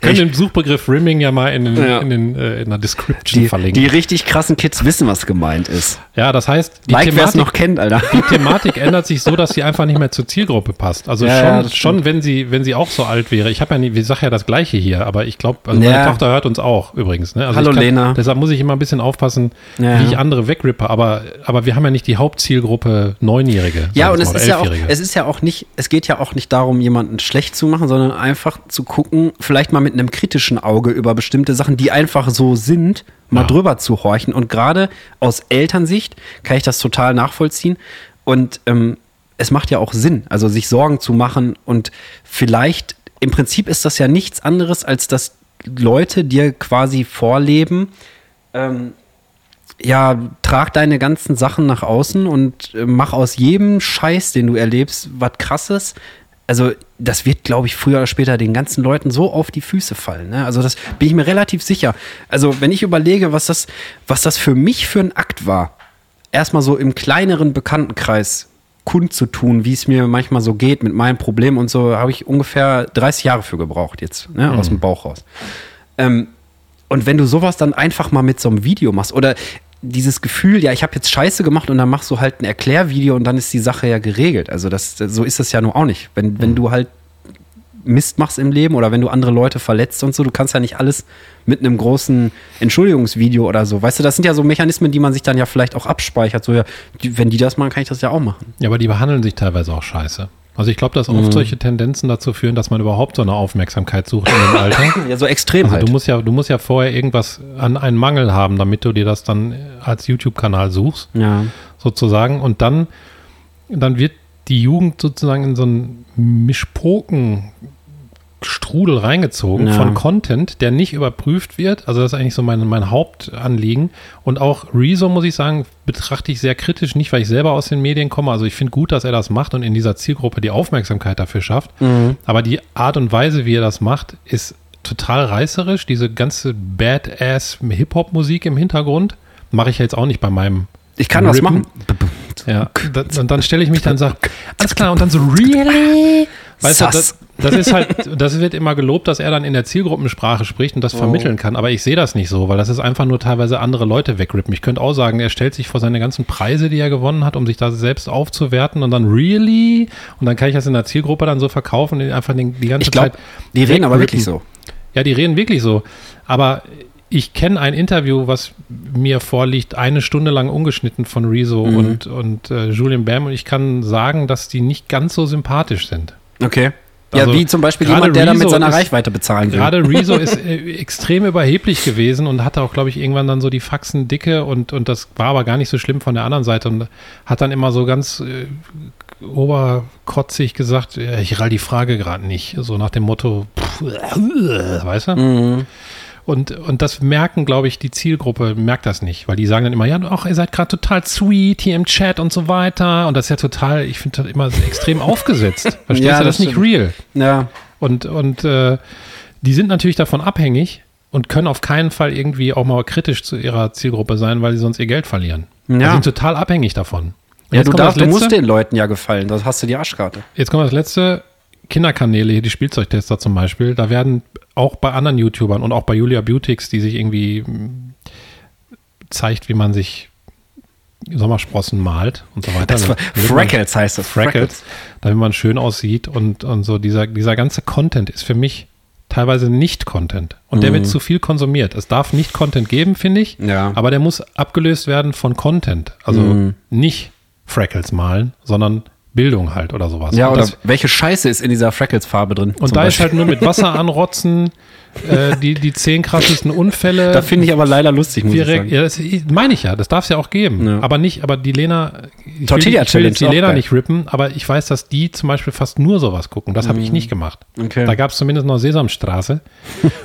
B: können den Suchbegriff Rimming ja mal in, den,
A: Ja.
B: in, den, äh, in der Description
A: Die,
B: verlinken.
A: die richtig krassen Kids wissen, was gemeint ist.
B: ja, das heißt, die
A: like, wer es noch kennt, Alter.
B: die Thematik ändert sich so, dass sie einfach nicht mehr zur Zielgruppe passt. Also
A: Ja, ja,
B: schon,
A: das
B: schon wenn, sie, wenn sie auch so alt wäre. Ich habe ja nie, ich sage ja das Gleiche hier, aber ich glaube, also meine
A: Ja.
B: Tochter hört uns auch übrigens. Ne? Also
A: Hallo,
B: ich kann,
A: Lena.
B: Deshalb muss ich immer ein bisschen aufpassen,
A: Ja.
B: wie ich andere wegrippe. Aber, aber wir haben ja nicht die Hauptzielgruppe Neunjährige.
A: Ja,
B: sag
A: und
B: ich
A: es
B: mal, oder
A: ist ja, auch,
B: Elfjährige.
A: es ist ja auch nicht, es geht ja auch nicht darum, jemanden schlecht zu machen, sondern einfach zu gucken, vielleicht mal mit einem kritischen Auge über bestimmte Sachen, die einfach so sind, mal
B: Ja.
A: drüber zu horchen. Und gerade aus Elternsicht kann ich das total nachvollziehen. Und ähm, es macht ja auch Sinn, also sich Sorgen zu machen. Und vielleicht, im Prinzip ist das ja nichts anderes, als dass Leute dir quasi vorleben, ähm, ja, trag deine ganzen Sachen nach außen und äh, mach aus jedem Scheiß, den du erlebst, was krasses. Also, das wird, glaube ich, früher oder später den ganzen Leuten so auf die Füße fallen. Ne? Also, das bin ich mir relativ sicher. Also, wenn ich überlege, was das, was das für mich für ein Akt war, erstmal so im kleineren Bekanntenkreis kundzutun, wie es mir manchmal so geht mit meinen Problemen und so, habe ich ungefähr 30 Jahre für gebraucht jetzt, ne? aus dem Bauch raus. Ähm, und wenn du sowas dann einfach mal mit so einem Video machst oder dieses Gefühl, ja, ich habe jetzt Scheiße gemacht und dann machst du halt ein Erklärvideo und dann ist die Sache ja geregelt. Also das, so ist das ja nun auch nicht. Wenn,
B: Mhm.
A: wenn du halt Mist machst im Leben oder wenn du andere Leute verletzt und so, du kannst ja nicht alles mit einem großen Entschuldigungsvideo oder so. Weißt du, das sind ja so Mechanismen, die man sich dann ja vielleicht auch abspeichert. So, ja, die, wenn die das machen, kann ich das ja auch machen.
B: Ja, aber die behandeln sich teilweise auch scheiße. Also ich glaube, dass
A: Mhm.
B: oft solche Tendenzen dazu führen, dass man überhaupt so eine Aufmerksamkeit sucht in dem Alter.
A: Ja, so extrem
B: Also
A: halt.
B: du musst ja, du musst ja vorher irgendwas an einen Mangel haben, damit du dir das dann als YouTube-Kanal suchst,
A: ja.
B: sozusagen. Und dann, dann wird die Jugend sozusagen in so einen Mischpoken-Strudel reingezogen
A: Ja.
B: von Content, der nicht überprüft wird. Also das ist eigentlich so mein, mein Hauptanliegen. Und auch Rezo, muss ich sagen, betrachte ich sehr kritisch, nicht weil ich selber aus den Medien komme. Also ich finde gut, dass er das macht und in dieser Zielgruppe die Aufmerksamkeit dafür schafft. Aber die Art und Weise, wie er das macht, ist total reißerisch. Diese ganze Badass Hip-Hop-Musik im Hintergrund mache ich ja jetzt auch nicht bei meinem.
A: Ich kann was
B: Rippen.
A: machen.
B: Ja. Da, und dann stelle ich mich dann und sage, alles klar, und dann so, really? Weißt du, das,
A: Sass.
B: das ist halt, das wird immer gelobt, dass er dann in der Zielgruppensprache spricht und das vermitteln kann. Aber ich sehe das nicht so, weil das ist einfach nur teilweise andere Leute wegrippen. Ich könnte auch sagen, er stellt sich vor seine ganzen Preise, die er gewonnen hat, um sich da selbst aufzuwerten und dann, really? Und dann kann ich das in der Zielgruppe dann so verkaufen, den- einfach den, die ganze
A: Ich glaube,
B: Zeit.
A: die reden aber wirklich
B: wegrippen.
A: so.
B: Ja, die reden wirklich so. Aber ich kenne ein Interview, was mir vorliegt, eine Stunde lang ungeschnitten von Rezo und, und äh, Julian Bam. Und ich kann sagen, dass die nicht ganz so sympathisch sind.
A: Okay. Ja,
B: Also,
A: wie zum Beispiel
B: gerade
A: jemand, der dann mit
B: Rezo
A: seiner
B: ist-
A: Reichweite bezahlen will.
B: Gerade Rezo ist äh, extrem überheblich gewesen und hatte auch, glaube ich, irgendwann dann so die Faxen dicke und, und das war aber gar nicht so schlimm von der anderen Seite und hat dann immer so ganz äh, oberkotzig gesagt, äh, ich rall die Frage gerade nicht. So nach dem Motto, pff, äh, weißt du?
A: Mhm.
B: Und, und das merken, glaube ich, die Zielgruppe merkt das nicht, weil die sagen dann immer, ja, ach, ihr seid gerade total sweet hier im Chat und so weiter. Und das ist ja total, ich finde das immer extrem aufgesetzt. Verstehst
A: Ja,
B: du,
A: das
B: das ist nicht
A: stimmt.
B: real.
A: Ja.
B: Und, und äh, die sind natürlich davon abhängig. und können auf keinen Fall irgendwie auch mal kritisch zu ihrer Zielgruppe sein, weil sie sonst ihr Geld verlieren.
A: Ja.
B: Die sind total abhängig davon. Und
A: Ja,
B: jetzt
A: du,
B: kommt
A: darfst,
B: das
A: du musst
B: Letzte.
A: den Leuten ja gefallen, das hast du die Arschkarte.
B: Jetzt kommt das letzte. Kinderkanäle, hier die Spielzeugtester zum Beispiel, da werden auch bei anderen YouTubern und auch bei Julia Beautix, die sich irgendwie mm, zeigt, wie man sich Sommersprossen malt und so weiter. ne?
A: Das war,
B: Da wird man-
A: Freckles heißt das.
B: Freckles, damit man schön aussieht und, und so dieser, dieser ganze Content ist für mich teilweise nicht Content. Und der wird zu viel konsumiert. Es darf nicht Content geben, finde ich,
A: Mhm. Ja. Mhm.
B: aber der muss abgelöst werden von Content. Also nicht Freckles malen, sondern Bildung halt oder sowas.
A: Ja,
B: und
A: oder
B: das,
A: welche Scheiße ist in dieser Freckles-Farbe drin?
B: und
A: zum
B: da ist
A: Beispiel?
B: halt nur mit Wasser anrotzen, äh, die, die zehn krassesten Unfälle.
A: da finde ich aber leider lustig, muss ich
B: Direkt-
A: sagen.
B: ja, das meine ich ja, das darf es ja auch geben.
A: Ja.
B: Aber nicht, aber die Lena, ich will-
A: Tortilla
B: ich will
A: Challenge
B: jetzt die
A: auch
B: Lena
A: geil.
B: nicht rippen, aber ich weiß, dass die zum Beispiel fast nur sowas gucken. Das habe ich nicht gemacht.
A: Mhm. Okay.
B: Da gab es zumindest noch Sesamstraße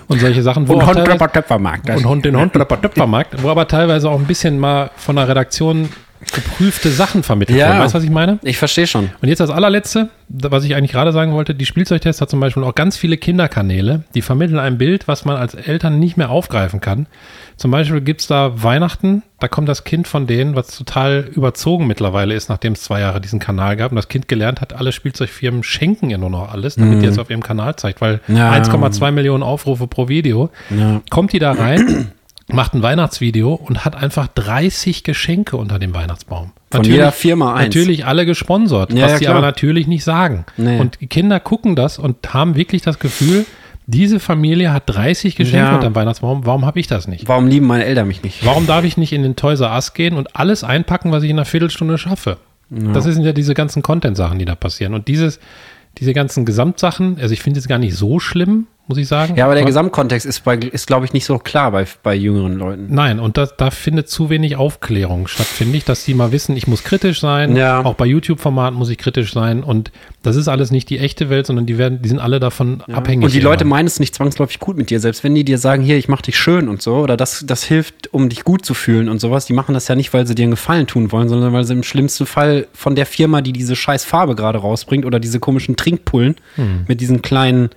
B: und solche Sachen.
A: Und
B: auch
A: Hund,
B: teilweise-
A: Trapper, Töpfermarkt.
B: und Hund, den Hund Töpfermarkt, wo aber teilweise auch ein bisschen mal von der Redaktion geprüfte Sachen vermittelt
A: Ja.
B: werden. Weißt du, was ich meine?
A: Ich verstehe schon.
B: Und jetzt das allerletzte, da- was ich eigentlich gerade sagen wollte, die Spielzeugtester zum Beispiel und auch ganz viele Kinderkanäle, die vermitteln ein Bild, was man als Eltern nicht mehr aufgreifen kann. Zum Beispiel gibt es da Weihnachten, da kommt das Kind von denen, was total überzogen mittlerweile ist, nachdem es zwei Jahre diesen Kanal gab und das Kind gelernt hat, alle Spielzeugfirmen schenken ihr nur noch alles, damit die es auf ihrem Kanal zeigt, weil
A: Mhm. Ja.
B: 1,2 Millionen Aufrufe pro Video. Kommt die da rein, macht ein Weihnachtsvideo und hat einfach 30 Geschenke unter dem Weihnachtsbaum.
A: Von jeder Firma eins.
B: Natürlich alle gesponsert,
A: Ja,
B: was
A: ja,
B: die
A: klar.
B: aber natürlich nicht sagen.
A: Nee.
B: Und die Kinder gucken das und haben wirklich das Gefühl, diese Familie hat 30 Geschenke
A: Ja.
B: unter dem Weihnachtsbaum, warum habe ich das nicht?
A: Warum lieben meine Eltern mich nicht?
B: Warum darf ich nicht in den Toys R Us gehen und alles einpacken, was ich in einer Viertelstunde schaffe? Das sind ja diese ganzen Content-Sachen, die da passieren. Und dieses, diese ganzen Gesamtsachen, also ich finde es gar nicht so schlimm, muss ich sagen.
A: Ja, aber der Gesamtkontext ist, bei- ist glaube ich, nicht so klar bei, bei jüngeren Leuten.
B: Nein, und das, da findet zu wenig Aufklärung statt, finde ich, dass die mal wissen, ich muss kritisch sein,
A: Ja.
B: auch bei YouTube-Formaten muss ich kritisch sein und das ist alles nicht die echte Welt, sondern die werden, die sind alle davon abhängig.
A: Und die Leute
B: irgendwann.
A: meinen es nicht zwangsläufig gut mit dir, selbst wenn die dir sagen, hier, ich mach dich schön und so, oder das, das hilft, um dich gut zu fühlen und sowas. Die machen das ja nicht, weil sie dir einen Gefallen tun wollen, sondern weil sie im schlimmsten Fall von der Firma, die diese scheiß Farbe gerade rausbringt, oder diese komischen Trinkpullen mit diesen kleinen,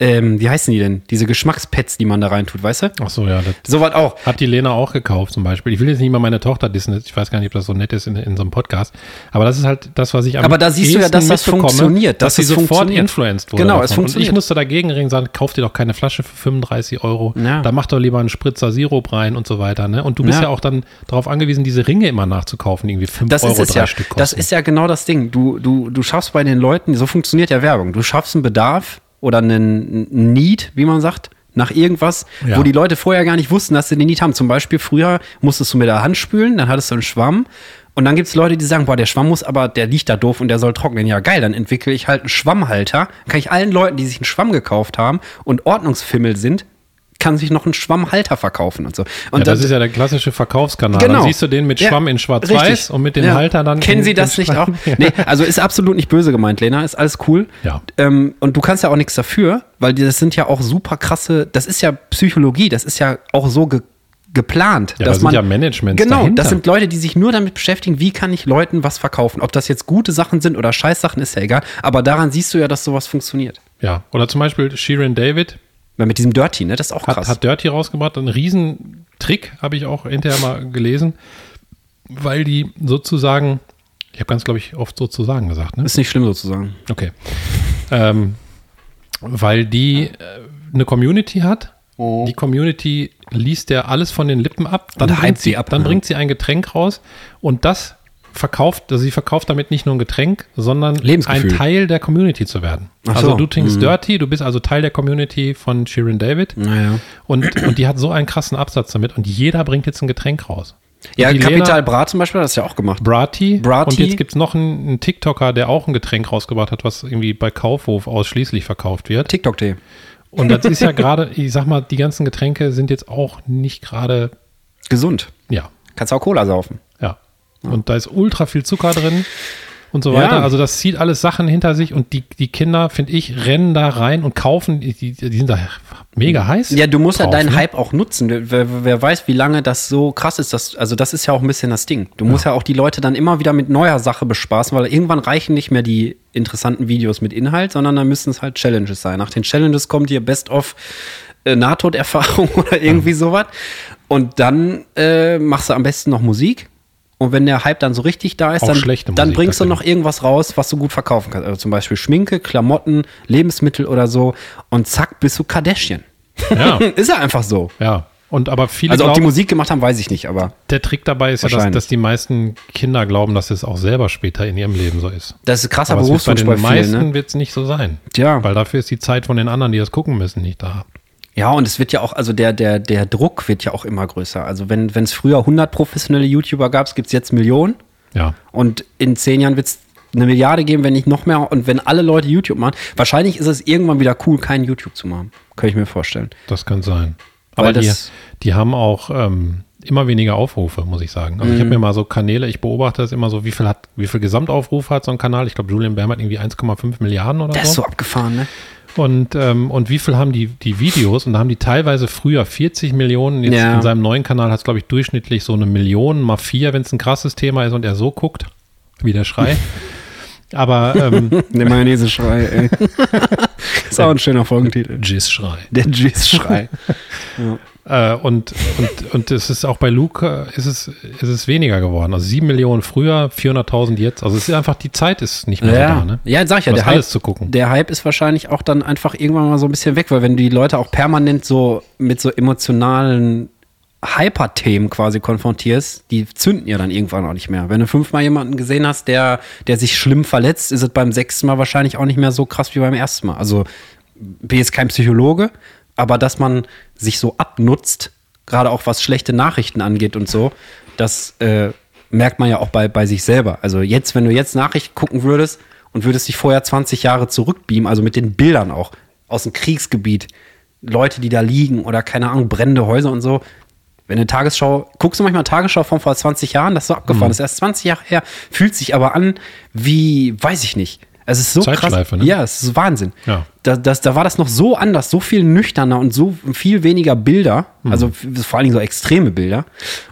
A: ähm, wie heißen die denn? Diese Geschmackspads, die man da reintut, weißt du?
B: Ach so, ja, das
A: Sowas auch.
B: hat die Lena auch gekauft zum Beispiel. Ich will jetzt nicht mal meine Tochter dissen, ich weiß gar nicht, ob das so nett ist in, in so einem Podcast, aber das ist halt das, was ich am
A: Aber da siehst du ja,
B: ehesten
A: dass das
B: mitbekomme,
A: funktioniert,
B: dass
A: dass
B: sie
A: es
B: sofort
A: funktioniert.
B: influenced wurde.
A: Genau, es
B: Und ich
A: funktioniert.
B: musste dagegen reden, sagen, kauf dir doch keine Flasche für 35 Euro,
A: Ja.
B: da mach doch lieber einen Spritzer Sirup rein und so weiter. Ne? Und du bist ja.
A: Ja.
B: auch dann darauf angewiesen, diese Ringe immer nachzukaufen, die irgendwie 5
A: Das
B: Euro
A: ist es
B: drei
A: ja.
B: Stück kosten.
A: Das ist ja genau das Ding. Du, du, du schaffst bei den Leuten, so funktioniert ja Werbung. Du schaffst einen Bedarf oder einen Need, wie man sagt, nach irgendwas,
B: Ja.
A: wo die Leute vorher gar nicht wussten, dass sie den Need haben. Zum Beispiel früher musstest du mit der Hand spülen, dann hattest du einen Schwamm. Und dann gibt es Leute, die sagen, boah, der Schwamm muss aber, der liegt da doof und der soll trocknen. Ja, geil, dann entwickle ich halt einen Schwammhalter. Dann kann ich allen Leuten, die sich einen Schwamm gekauft haben und Ordnungsfimmel sind, kann sich noch einen Schwammhalter verkaufen und so. Und Genau.
B: ja, das ist ja der klassische Verkaufskanal. Dann siehst du den mit
A: Ja,
B: Schwamm in Schwarz-Weiß
A: richtig.
B: und mit dem
A: Ja.
B: Halter dann.
A: Kennen
B: in,
A: Sie
B: in
A: das nicht auch?
B: Schwarz- Ja.
A: Nee, also ist absolut nicht böse gemeint, Lena. Ist alles cool.
B: Ja.
A: Ähm, und du kannst ja auch nichts dafür, weil die- das sind ja auch super krasse, das ist ja Psychologie, das ist ja auch so ge geplant.
B: Ja, da
A: dass
B: sind
A: man,
B: ja Managements
A: Genau,
B: dahinter.
A: das sind Leute, die sich nur damit beschäftigen, wie kann ich Leuten was verkaufen. Ob das jetzt gute Sachen sind oder Scheißsachen, ist ja egal. Aber daran siehst du ja, dass sowas funktioniert.
B: ja, oder zum Beispiel Sheeran David,
A: Weil mit diesem Dirty, ne? Das ist auch
B: hat,
A: krass.
B: hat Dirty rausgebracht. Ein Riesentrick, habe ich auch hinterher mal gelesen, weil die sozusagen, ich habe ganz, glaube ich, oft sozusagen gesagt, ne?
A: ist nicht schlimm sozusagen.
B: Okay. ähm, weil die äh, eine Community hat.
A: Oh.
B: Die Community liest der alles von den Lippen ab, dann,
A: Und hypt
B: bringt,
A: sie
B: sie,
A: ab,
B: dann
A: ja.
B: bringt sie ein Getränk raus und das verkauft, also sie verkauft damit nicht nur ein Getränk, sondern ein
A: Lebensgefühl.
B: Teil der Community zu werden.
A: Ach
B: also
A: so. Mhm.
B: du trinkst Dirty, du bist also Teil der Community von Sheeran David.
A: Naja.
B: Und, und die hat so einen krassen Absatz damit und jeder bringt jetzt ein Getränk raus.
A: Ja,
B: Und die
A: Kapital
B: Lena
A: Bra zum Beispiel hat das ja auch gemacht.
B: Brati.
A: Brati.
B: Und jetzt gibt es noch einen, einen TikToker, der auch ein Getränk rausgebracht hat, was irgendwie bei Kaufhof ausschließlich verkauft wird.
A: TikTok-Tee.
B: Und das ist ja gerade, ich sag mal, die ganzen Getränke sind jetzt auch nicht gerade,
A: Gesund.
B: ja,
A: Kannst auch Cola saufen.
B: ja. Und da ist ultra viel Zucker drin und so weiter.
A: Ja.
B: Also das zieht alles Sachen hinter sich und die, die Kinder, finde ich, rennen da rein und kaufen, die, die die sind da mega heiß.
A: Ja, du musst
B: drauf,
A: ja deinen
B: ne?
A: Hype auch nutzen. Wer- Wer, wer weiß, wie lange das so krass ist. Das, also das ist ja auch ein bisschen das Ding. Du musst ja. auch die Leute dann immer wieder mit neuer Sache bespaßen, weil irgendwann reichen nicht mehr die interessanten Videos mit Inhalt, sondern dann müssen es halt Challenges sein. Nach den Challenges kommt hier Best of äh, Nahtoderfahrung oder irgendwie sowas. Und dann äh, machst du am besten noch Musik. Und wenn der Hype dann so richtig da ist,
B: Auch
A: dann,
B: schlechte
A: dann
B: Musik,
A: bringst du
B: das
A: noch irgendwas raus, was du gut verkaufen kannst. Also zum Beispiel Schminke, Klamotten, Lebensmittel oder so. Und zack, bist du Kardashian.
B: Ja,
A: Hm, ist ja einfach so.
B: ja. Und aber viele
A: Also ob die
B: glauben,
A: Musik gemacht haben, weiß ich nicht, aber
B: der Trick dabei ist ja, dass,
A: Wahrscheinlich.
B: dass die meisten Kinder glauben, dass es auch selber später in ihrem Leben so ist.
A: das ist ein krasser
B: Aber es wird bei
A: Berufswunsch
B: den
A: bei, vielen.
B: meisten
A: Ne?
B: wird es nicht so sein.
A: Tja.
B: Weil dafür ist die Zeit von den anderen, die das gucken müssen, nicht da.
A: Ja, und es wird ja auch, also der, der, der Druck wird ja auch immer größer. Also wenn wenn es früher 100 professionelle YouTuber gab, gibt es jetzt Millionen.
B: Ja.
A: Und in zehn Jahren wird es eine Milliarde geben, wenn nicht noch mehr. Und wenn alle Leute YouTube machen, wahrscheinlich ist es irgendwann wieder cool, keinen YouTube zu machen. Könnte ich mir vorstellen.
B: Das kann sein.
A: Weil
B: Aber die,
A: das-
B: die haben auch ähm, immer weniger Aufrufe, muss ich sagen. Also ich
A: Mhm.
B: habe mir mal so Kanäle, ich beobachte das immer so, wie viel hat, wie viel Gesamtaufrufe hat so ein Kanal? Ich glaube, Julian Bam hat irgendwie 1,5 Milliarden oder
A: Das ist
B: so.
A: so abgefahren, ne?
B: Und, ähm, und wie viel haben die, die Videos? Und da haben die teilweise früher 40 Millionen. Jetzt
A: Ja.
B: in seinem neuen Kanal hat es, glaube ich, durchschnittlich so eine Million mal vier, wenn es ein krasses Thema ist und er so guckt, wie der Schrei. Aber ähm,
A: Der Mayonnaise-Schrei, ey. ist auch ein schöner Folgentitel.
B: Jizz-Schrei.
A: Der Jizz-Schrei.
B: Äh, und, und, und es ist auch bei Luke äh, ist es, ist es weniger geworden. Also 7 Millionen früher, 400.000 jetzt. Also es ist einfach, die Zeit ist nicht mehr so da. Ne?
A: ja, sag ich ja,
B: Was
A: der Hype,
B: alles zu gucken.
A: der Hype ist wahrscheinlich auch dann einfach irgendwann mal so ein bisschen weg, weil wenn die Leute auch permanent so mit so emotionalen Hyper-Themen quasi konfrontierst, die zünden ja dann irgendwann auch nicht mehr. Wenn du fünfmal jemanden gesehen hast, der, der sich schlimm verletzt, ist es beim sechsten Mal wahrscheinlich auch nicht mehr so krass wie beim ersten Mal. Also bin jetzt kein Psychologe, aber dass man sich so abnutzt, gerade auch was schlechte Nachrichten angeht und so, das äh, merkt man ja auch bei, bei sich selber. Also jetzt, wenn du jetzt Nachrichten gucken würdest und würdest dich vorher 20 Jahre zurückbeamen, also mit den Bildern auch aus dem Kriegsgebiet, Leute, die da liegen oder keine Ahnung, brennende Häuser und so. Wenn eine Tagesschau, guckst du manchmal Tagesschau von vor 20 Jahren, das ist so
B: Mhm.
A: abgefahren, das ist erst 20 Jahre her, fühlt sich aber an wie, weiß ich nicht. Es ist so krass.
B: Zeitschleife, ne?
A: Ja, es ist Wahnsinn.
B: Ja.
A: Da, das, da war das noch so anders, so viel nüchterner und so viel weniger Bilder,
B: Mhm.
A: also f- vor allen Dingen so extreme Bilder.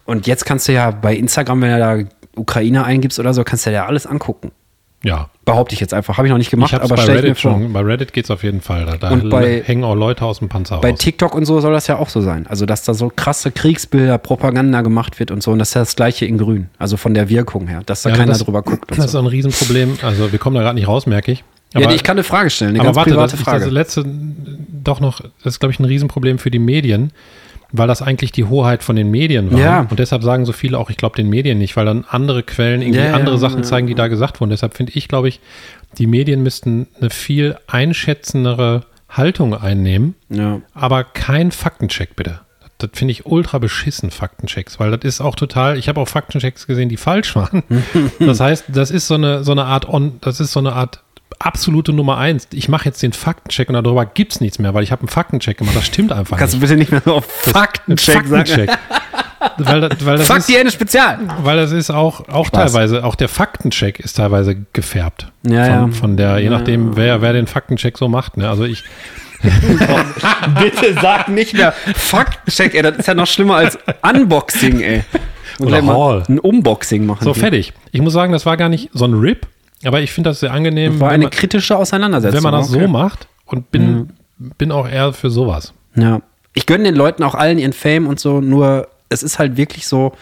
A: Und jetzt kannst du ja bei Instagram, wenn du da Ukraine eingibst oder so, kannst du dir ja alles angucken.
B: Ja.
A: Behaupte ich jetzt einfach. Habe ich noch nicht
B: Ich
A: gemacht,
B: habe es
A: aber
B: bei
A: stell ich mir
B: Reddit
A: vor.
B: schon. Bei Reddit geht es auf jeden Fall. Da, da
A: Und bei-
B: hängen auch Leute aus dem Panzer
A: Bei
B: raus.
A: TikTok und so soll das ja auch so sein. Also, dass da so krasse Kriegsbilder, Propaganda gemacht wird und so. Und das ist ja das Gleiche in Grün. Also von der Wirkung her, dass da
B: Ja,
A: keiner
B: das-
A: drüber guckt. Und
B: Das ist
A: so.
B: ein Riesenproblem. Also wir kommen da gerade nicht raus, merke ich.
A: ja, ich kann eine Frage stellen, eine
B: aber
A: ganz
B: warte,
A: private
B: das,
A: Frage.
B: das letzte doch noch, das ist, glaube ich, ein Riesenproblem für die Medien, weil das eigentlich die Hoheit von den Medien war.
A: Ja.
B: Und deshalb sagen so viele auch, ich glaube den Medien nicht, weil dann andere Quellen irgendwie
A: Ja, ja,
B: andere
A: ja,
B: Sachen zeigen, die da gesagt wurden. Deshalb finde ich, glaube ich, die Medien müssten eine viel einschätzendere Haltung einnehmen,
A: ja.
B: aber kein Faktencheck bitte. Das finde ich ultra beschissen, Faktenchecks, weil das ist auch total, ich habe auch Faktenchecks gesehen, die falsch waren. das heißt, das ist so eine, so eine Art on, das ist so eine Art absolute Nummer eins. Ich mache jetzt den Faktencheck und darüber gibt es nichts mehr, weil ich habe einen Faktencheck gemacht. Das stimmt einfach
A: Kannst du
B: nicht.
A: bitte nicht mehr so auf Faktencheck sagen?
B: weil, das- weil, das
A: Fakt
B: ist,
A: die Ende Spezial.
B: weil das ist auch, auch
A: Spaß.
B: teilweise, auch der Faktencheck ist teilweise gefärbt.
A: Ja,
B: von,
A: ja.
B: von der, je nachdem, wer, wer den Faktencheck so macht. Ne? Also ich,
A: Bitte sag nicht mehr Faktencheck, ey. Das ist ja noch schlimmer als Unboxing, ey. Und
B: Oder
A: gleich mal
B: Haul.
A: Ein Unboxing machen.
B: So,
A: hier.
B: fertig. Ich muss sagen, das war gar nicht so ein Rip, aber ich finde das sehr angenehm,
A: War
B: wenn,
A: eine
B: man,
A: kritische Auseinandersetzung.
B: wenn man das
A: okay. Mhm.
B: so macht und bin, bin auch eher für sowas.
A: Ja. Ich gönne den Leuten auch allen ihren Fame und so, nur es ist halt wirklich so,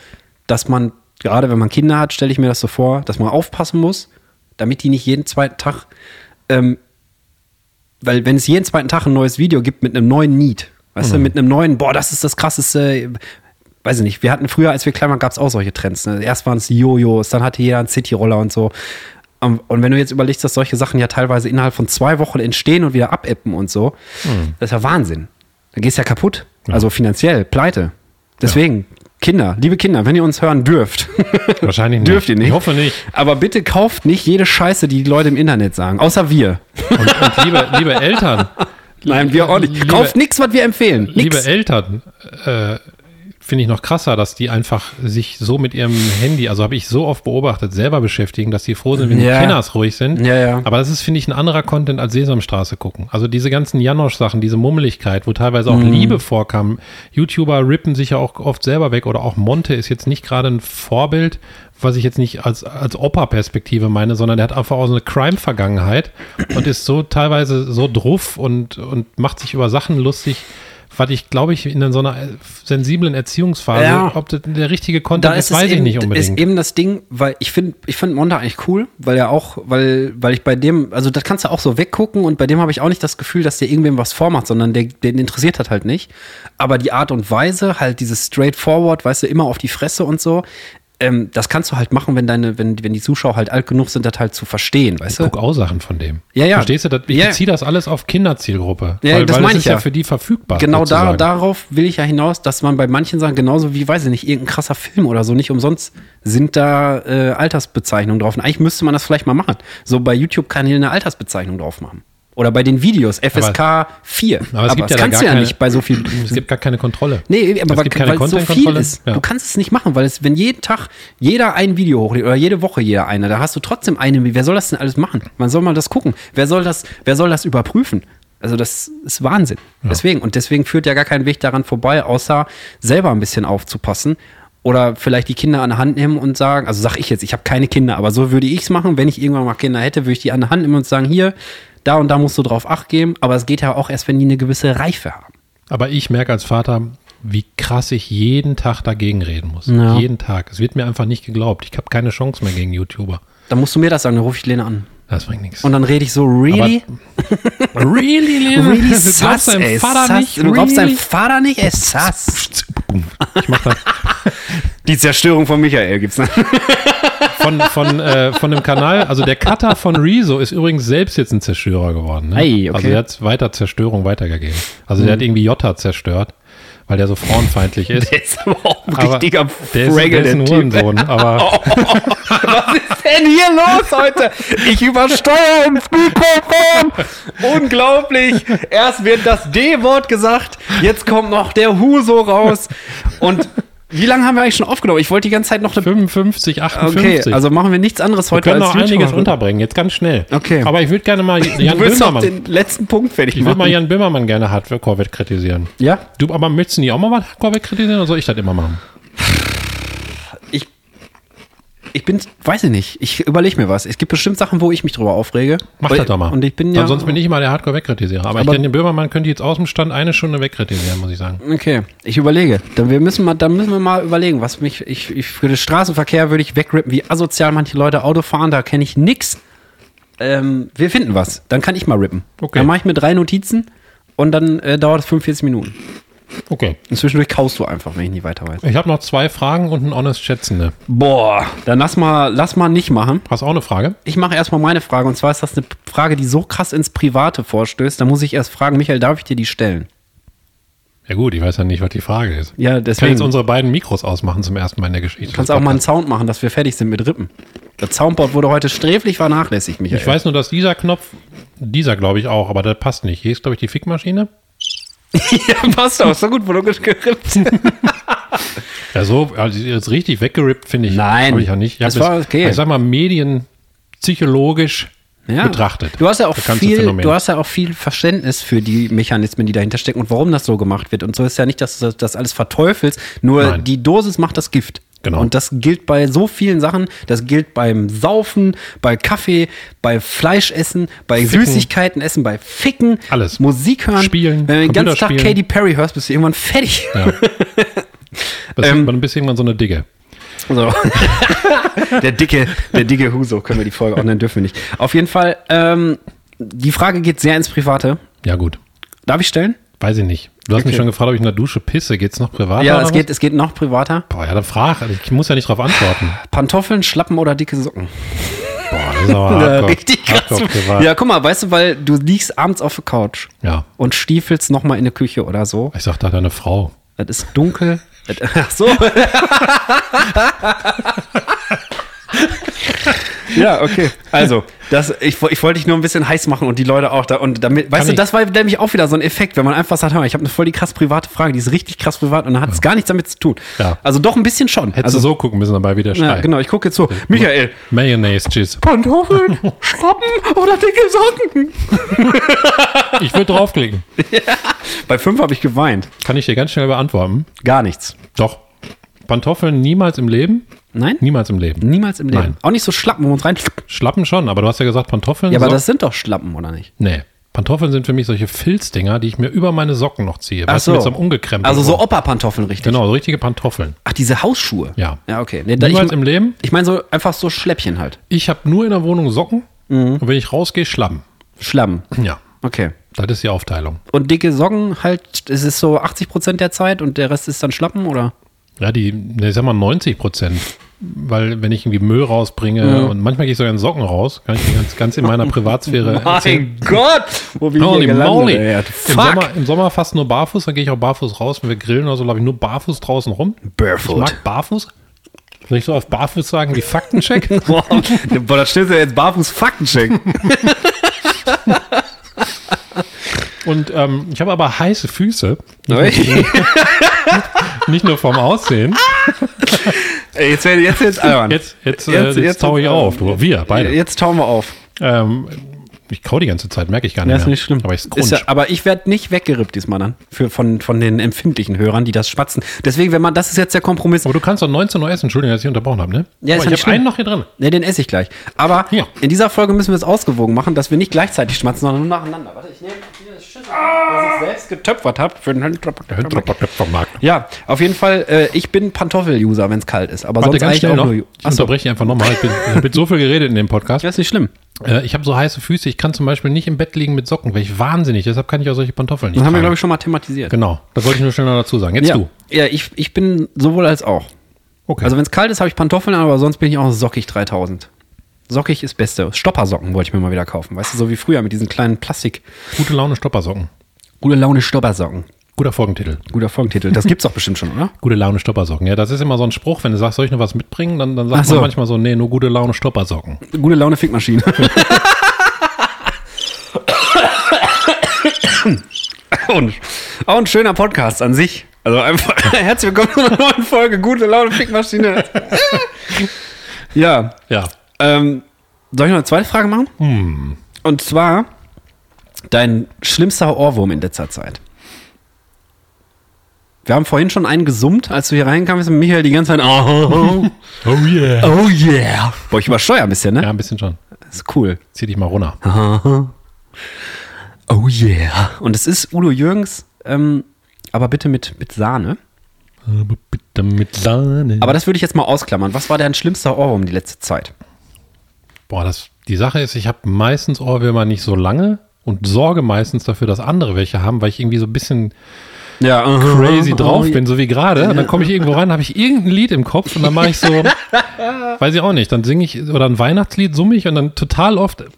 A: dass man, gerade wenn man Kinder hat, stelle ich mir das so vor, dass man aufpassen muss, damit die nicht jeden zweiten Tag, ähm, weil wenn es jeden zweiten Tag ein neues Video gibt mit einem neuen Need, weißt
B: Mhm.
A: du, mit einem neuen, boah, das ist das krasseste, weiß ich nicht, wir hatten früher, als wir klein waren, gab es auch solche Trends. Ne? Erst waren es Jojos, dann hatte jeder einen Cityroller und so. Um, Und wenn du jetzt überlegst, dass solche Sachen ja teilweise innerhalb von zwei Wochen entstehen und wieder abeppen und so,
B: Mhm.
A: das ist ja Wahnsinn. Da gehst du ja kaputt. Also finanziell, pleite. Deswegen, Kinder, liebe Kinder, wenn ihr uns hören dürft,
B: Wahrscheinlich nicht.
A: dürft ihr nicht.
B: Ich hoffe nicht.
A: Aber bitte kauft nicht jede Scheiße, die die Leute im Internet sagen. Außer wir.
B: Und, und liebe, liebe Eltern,
A: Nein, wir auch nicht.
B: Liebe-
A: kauft nichts, was wir empfehlen.
B: liebe
A: Nix.
B: Eltern, äh, finde ich noch krasser, dass die einfach sich so mit ihrem Handy, also habe ich so oft beobachtet, selber beschäftigen, dass die froh sind, wenn
A: Ja.
B: die Kinders ruhig sind.
A: Ja, ja.
B: Aber das ist, finde ich, ein anderer Content als Sesamstraße gucken. Also diese ganzen Janosch-Sachen, diese Mummeligkeit, wo teilweise auch
A: Mhm.
B: Liebe vorkam. YouTuber rippen sich ja auch oft selber weg oder auch Monte ist jetzt nicht gerade ein Vorbild, was ich jetzt nicht als, als Opa-Perspektive meine, sondern der hat einfach auch so eine Crime-Vergangenheit und ist so teilweise so druff und, und macht sich über Sachen lustig, was ich, glaube ich, in so einer sensiblen Erziehungsphase,
A: Ja.
B: ob das der richtige
A: Da
B: Content
A: ist
B: ist,
A: es
B: weiß ich
A: eben,
B: nicht unbedingt.
A: ist eben das Ding, weil ich finde, ich finde Monda eigentlich cool, weil er auch, weil, weil ich bei dem, also das kannst du auch so weggucken und bei dem habe ich auch nicht das Gefühl, dass der irgendwem was vormacht, sondern der, den interessiert hat halt nicht. Aber die Art und Weise, halt dieses straightforward, weißt du, immer auf die Fresse und so, ähm, das kannst du halt machen, wenn deine, wenn, wenn die Zuschauer halt alt genug sind, das halt zu verstehen, weißt du?
B: Guck auch Sachen von dem.
A: Ja, ja.
B: Verstehst du? Das, ich
A: Ja.
B: beziehe das alles auf Kinderzielgruppe.
A: Ja, das
B: weil
A: meine
B: das
A: ich
B: ist ja.
A: ja.
B: für die verfügbar.
A: Genau da,
B: sozusagen.
A: darauf will ich ja hinaus, dass man bei manchen Sachen, genauso wie, weiß ich nicht, irgendein krasser Film oder so, nicht umsonst sind da äh, Altersbezeichnungen drauf. Und eigentlich müsste man das vielleicht mal machen. So bei YouTube-Kanälen eine Altersbezeichnung drauf machen. Oder bei den Videos, FSK 4.
B: Aber es gibt ja
A: das
B: da
A: kannst
B: gar
A: du ja
B: keine-
A: nicht bei so viel.
B: Es gibt gar keine Kontrolle.
A: Nee, aber
B: es gibt
A: weil
B: keine
A: weil es so viel
B: Content-Kontrolle.
A: ist.
B: Ja.
A: Du kannst es nicht machen, weil es, wenn jeden Tag jeder ein Video hochlädt oder jede Woche jeder einer, da hast du trotzdem eine. Wer soll das denn alles machen? Man soll mal das gucken. Wer soll das, wer soll das überprüfen? Also das ist Wahnsinn. Deswegen. Und deswegen führt ja gar kein Weg daran vorbei, außer selber ein bisschen aufzupassen. Oder vielleicht die Kinder an der Hand nehmen und sagen, also sag ich jetzt, ich habe keine Kinder, aber so würde ich es machen, wenn ich irgendwann mal Kinder hätte, würde ich die an der Hand nehmen und sagen, hier, da und da musst du drauf acht geben, aber es geht ja auch erst, wenn die eine gewisse Reife haben.
B: Aber ich merke als Vater, wie krass ich jeden Tag dagegen reden muss.
A: Ja.
B: Jeden Tag. Es wird mir einfach nicht geglaubt. Ich habe keine Chance mehr gegen YouTuber.
A: Dann musst du mir das sagen, dann rufe ich Lena an.
B: Das bringt nichts.
A: Und dann rede ich so, really?
B: really, Lena?
A: really
B: du glaubst
A: sass, ey,
B: deinem Vater
A: sass.
B: nicht?
A: Du glaubst
B: really?
A: deinem Vater nicht, ey, sass.
B: Ich mach das
A: Die Zerstörung von Michael gibt's noch.
B: von, von, äh, von dem Kanal. Also der Cutter von Rezo ist übrigens selbst jetzt ein Zerstörer geworden. Ne?
A: Ei, okay. Mhm.
B: Also der hat weiter Zerstörung weitergegeben. Also der hat irgendwie Jotta zerstört, weil der so frauenfeindlich ist.
A: Der ist aber auch ein
B: Aber
A: richtiger Oh.
B: der ist, der
A: Fraggle,
B: ist
A: der
B: ein
A: Typ.
B: Hurensohn, aber
A: Was ist denn hier los heute? Ich übersteuere ins Mikrofon. Unglaublich. Erst wird das D-Wort gesagt, jetzt kommt noch der Huso raus. Und wie lange haben wir eigentlich schon aufgenommen? Ich wollte die ganze Zeit noch... Eine
B: 55, 58.
A: okay, also machen wir nichts anderes
B: wir
A: heute
B: können noch
A: YouTube
B: einiges
A: machen.
B: unterbringen, jetzt ganz schnell.
A: Okay.
B: Aber ich würde gerne mal Jan
A: Du willst noch
B: Böhmermann,
A: den letzten Punkt fertig
B: ich würde
A: machen.
B: mal Jan Böhmermann gerne Hardcore-Wett kritisieren.
A: ja?
B: Du, aber möchtest du nicht auch mal was Hardcore-Wett kritisieren oder soll ich das immer machen?
A: ich, ich bin, weiß ich nicht, ich überlege mir was. Es gibt bestimmt Sachen, wo ich mich drüber aufrege.
B: Mach
A: Weil-
B: das doch mal.
A: Und ich bin ja.
B: Ansonsten bin ich mal der Hardcore-Wettkritisierer. Aber, ich
A: Aber-
B: kenne den Böhmermann, könnte ich jetzt aus dem Stand eine Stunde wegkritisieren, muss ich sagen.
A: Okay, ich überlege. Dann, wir müssen mal, dann müssen wir mal überlegen, was mich. Ich, ich, für den Straßenverkehr würde ich wegrippen, wie asozial manche Leute Auto fahren, da kenne ich nix. Ähm, wir finden was. Dann kann ich mal rippen.
B: Okay.
A: Dann mache ich mir drei Notizen und dann äh, dauert es 45 Minuten.
B: Okay.
A: Und zwischendurch kaust du einfach, wenn ich nicht weiter weiß.
B: Ich habe noch zwei Fragen und ein Honest Schätzende.
A: Boah, dann lass mal, lass mal nicht machen.
B: Hast du auch eine Frage?
A: Ich mache erstmal meine Frage und zwar ist das eine Frage, die so krass ins Private vorstößt. Da muss ich erst fragen, Michael, darf ich dir die stellen?
B: Ja gut, ich weiß ja nicht, was die Frage ist.
A: Ja,
B: Ich kann
A: deswegen
B: jetzt
A: du
B: unsere beiden Mikros ausmachen zum ersten Mal in der Geschichte.
A: kannst auch mal einen Sound machen, dass wir fertig sind mit Rippen. Das Soundboard wurde heute sträflich vernachlässigt, Michael.
B: Ich weiß nur, dass dieser Knopf, dieser glaube ich auch, aber der passt nicht. Hier ist glaube ich die Fickmaschine.
A: ja, passt auch. So gut logisch gerippt.
B: Ja, so, also jetzt richtig weggerippt finde ich.
A: Nein.
B: Habe ich ja nicht. Ich
A: Das
B: habe
A: war okay.
B: Ich sag mal, medienpsychologisch
A: Ja.
B: betrachtet.
A: Du hast ja auch
B: Das ganze
A: viel,
B: Phänomen.
A: du hast ja auch viel Verständnis für die Mechanismen, die dahinter stecken und warum das so gemacht wird. Und so ist ja nicht, dass du das- das alles verteufelst. Nur
B: Nein.
A: die Dosis macht das Gift.
B: Genau.
A: Und das gilt bei so vielen Sachen. Das gilt beim Saufen, bei Kaffee, bei Fleischessen, bei
B: Ficken.
A: Süßigkeiten essen, bei Ficken,
B: Alles.
A: Musik hören.
B: Spielen,
A: Wenn du den ganzen Tag
B: Computerspielen.
A: Katy Perry hörst, bist du irgendwann fertig.
B: Bist
A: ähm,
B: irgendwann- bist irgendwann so eine Digge.
A: So. der dicke, der dicke Huso können wir die Folge auch nennen, dürfen wir nicht. Auf jeden Fall, ähm, die Frage geht sehr ins Private.
B: Ja gut.
A: Darf ich stellen?
B: Weiß ich nicht. Du hast mich
A: Okay.
B: schon gefragt, ob ich in der Dusche pisse. Geht's noch privat?
A: Ja,
B: oder
A: es
B: was?
A: geht, es geht noch privater.
B: Boah, ja, dann frag. Also, Ich muss ja nicht drauf antworten.
A: Pantoffeln, Schlappen oder dicke Socken.
B: Boah, das ist aber
A: Ja,
B: hardcore-
A: Äh, richtig krass.
B: hardcore privat. Ja.
A: Ja, guck mal, weißt du, weil du liegst abends auf der Couch und stiefelst nochmal in der Küche oder so.
B: Ich sag da deine Frau.
A: Das ist dunkel. Das- Ach so. ja, okay. Also, das, ich, wo- ich wollte dich nur ein bisschen heiß machen und die Leute auch da. Und damit, weißt du,
B: ich-
A: das war nämlich auch wieder so ein Effekt, wenn man einfach sagt, hör mal, ich habe eine voll die krass private Frage, die ist richtig krass privat und dann hat es gar nichts damit zu tun.
B: Ja.
A: Also doch ein bisschen schon.
B: Hättest
A: also,
B: du so gucken müssen, dabei wieder schreien.
A: ja, genau, ich gucke jetzt so. Michael,
B: Mayonnaise, tschüss.
A: Pantoffeln, Schrappen oder dicke Socken?
B: Ich würde draufklicken.
A: Bei fünf habe ich geweint.
B: Kann ich dir ganz schnell beantworten.
A: Gar nichts.
B: Doch. Pantoffeln niemals im Leben?
A: Nein?
B: Niemals im Leben.
A: Niemals im Leben.
B: Nein.
A: Auch nicht so Schlappen, wo man rein.
B: Schlappen schon, aber du hast ja gesagt Pantoffeln.
A: Ja, aber
B: so.
A: das sind doch Schlappen, oder nicht?
B: Nee. Pantoffeln sind für mich solche Filzdinger, die ich mir über meine Socken noch ziehe.
A: Ach
B: weißt du,
A: so.
B: Mit so einem umgekrempelten.
A: Also so Opa-Pantoffeln, richtig?
B: Genau, so richtige Pantoffeln.
A: Ach, diese Hausschuhe.
B: Ja.
A: Ja, okay. Nee, da, ich
B: Niemals im Leben.
A: ich meine so einfach so Schläppchen halt.
B: Ich habe nur in der Wohnung Socken
A: Mhm.
B: und wenn ich rausgehe, Schlamm.
A: Schlamm.
B: Ja,
A: Okay.
B: das ist die Aufteilung.
A: Und dicke Socken halt, ist es so 80 Prozent der Zeit und der Rest ist dann Schlappen oder?
B: Ja, die, ne, ich sag mal 90 Prozent. Weil wenn ich irgendwie Müll rausbringe und manchmal gehe ich sogar in Socken raus, kann ich mir ganz, ganz in meiner Privatsphäre erzählen.
A: Gott! Wo bin ich
B: Holy
A: hier gelandet?
B: moly.
A: ey?
B: Im
A: Fuck!
B: Sommer, Im Sommer fast nur barfuß, dann gehe ich auch barfuß raus. Wenn wir grillen oder so, laufe ich nur barfuß draußen rum. Ich
A: Barefoot.
B: mag barfuß. Soll ich so auf barfuß sagen wie Faktencheck?
A: Boah, boah, da stellst du jetzt barfuß Faktencheck.
B: Und ähm, ich habe aber heiße Füße,
A: Ey,
B: nicht nur vom Aussehen.
A: jetzt werde jetzt jetzt albern.
B: Jetzt, jetzt, äh,
A: Jetzt-
B: jetzt,
A: jetzt-
B: tau ich auf. Du, wir beide.
A: Jetzt tauen wir auf.
B: Ähm, ich kau die ganze Zeit, merke ich gar nicht.
A: Ja, ist
B: mehr.
A: nicht schlimm.
B: Aber ich
A: ist
B: ist
A: ja, aber ich werde nicht weggerippt diesmal dann. Für, von, von den empfindlichen Hörern, die das schwatzen. Deswegen, wenn man, das ist jetzt der Kompromiss.
B: Aber du kannst doch 19 Uhr essen. Entschuldigung, dass ich unterbrochen habe, ne?
A: Ja, ist ja
B: Aber ich
A: nicht
B: habe einen
A: schlimm.
B: noch hier drin.
A: Ne, den esse ich gleich. Aber
B: Ja.
A: in dieser Folge müssen wir es ausgewogen machen, dass wir nicht gleichzeitig schmatzen, sondern nur nacheinander. Warte, ich nehme diese Schüssel,
B: Ah!
A: was ich selbst getöpfert habe. Für den Höntrop-
B: Vom Markt.
A: ja, auf jeden Fall, äh, ich bin Pantoffel-User, wenn es kalt ist. Aber
B: Warte,
A: sonst
B: ganz
A: eigentlich
B: schnell
A: auch
B: noch.
A: nur.
B: Ich unterbreche dich einfach nochmal. Ich bin- ich habe jetzt so viel geredet in dem Podcast.
A: Das ist nicht schlimm.
B: Äh, ich habe so heiße Füße. Ich kann zum Beispiel nicht im Bett liegen mit Socken, weil ich wahnsinnig. Deshalb kann ich auch solche Pantoffeln nicht
A: Das haben wir,
B: tragen.
A: glaube ich, schon mal thematisiert.
B: Genau. Das wollte ich nur schnell noch dazu sagen. Jetzt
A: ja,
B: du.
A: ja ich, ich bin sowohl als auch.
B: Okay.
A: Also wenn es kalt ist, habe ich Pantoffeln an, aber sonst bin ich auch sockig 3000. Sockig ist Beste. Stoppersocken wollte ich mir mal wieder kaufen. Weißt du, so wie früher mit diesen kleinen Plastik.
B: Gute Laune Stoppersocken.
A: Gute Laune Stoppersocken.
B: Guter Folgentitel.
A: Guter Folgentitel. Das gibt's doch bestimmt schon, oder?
B: Gute Laune Stoppersocken. Ja, das ist immer so ein Spruch, wenn du sagst, soll ich noch was mitbringen, dann, dann sagt
A: Ach so.
B: man manchmal so, nee, nur gute Laune Stoppersocken.
A: Gute Laune Fickmaschine. Und auch ein schöner Podcast an sich. Also einfach herzlich willkommen zu einer neuen Folge Gute Laune Fickmaschine. ja,
B: Ja. Hm.
A: ähm, soll ich noch eine zweite Frage machen? Und zwar dein schlimmster Ohrwurm in letzter Zeit. Wir haben vorhin schon einen gesummt, als du hier reinkamst und Michael die ganze Zeit. Oh,
B: Oh yeah.
A: oh yeah. Boah, ich übersteuere ein bisschen, ne?
B: Ja, ein bisschen schon.
A: Das ist cool.
B: Zieh dich mal runter.
A: Oh yeah. Und es ist Udo Jürgens, ähm, aber bitte mit, mit Sahne.
B: Aber bitte mit Sahne.
A: Aber das würde ich jetzt mal ausklammern. Was war dein schlimmster Ohrwurm die letzte Zeit?
B: Boah, das, die Sache ist, ich habe meistens Ohrwürmer nicht so lange und sorge meistens dafür, dass andere welche haben, weil ich irgendwie so ein bisschen
A: Ja, Oh,
B: crazy drauf bin, so wie gerade. Und dann komme ich irgendwo rein, habe ich irgendein Lied im Kopf und dann mache ich so, weiß ich auch nicht, dann singe ich oder ein Weihnachtslied summe ich und dann total oft in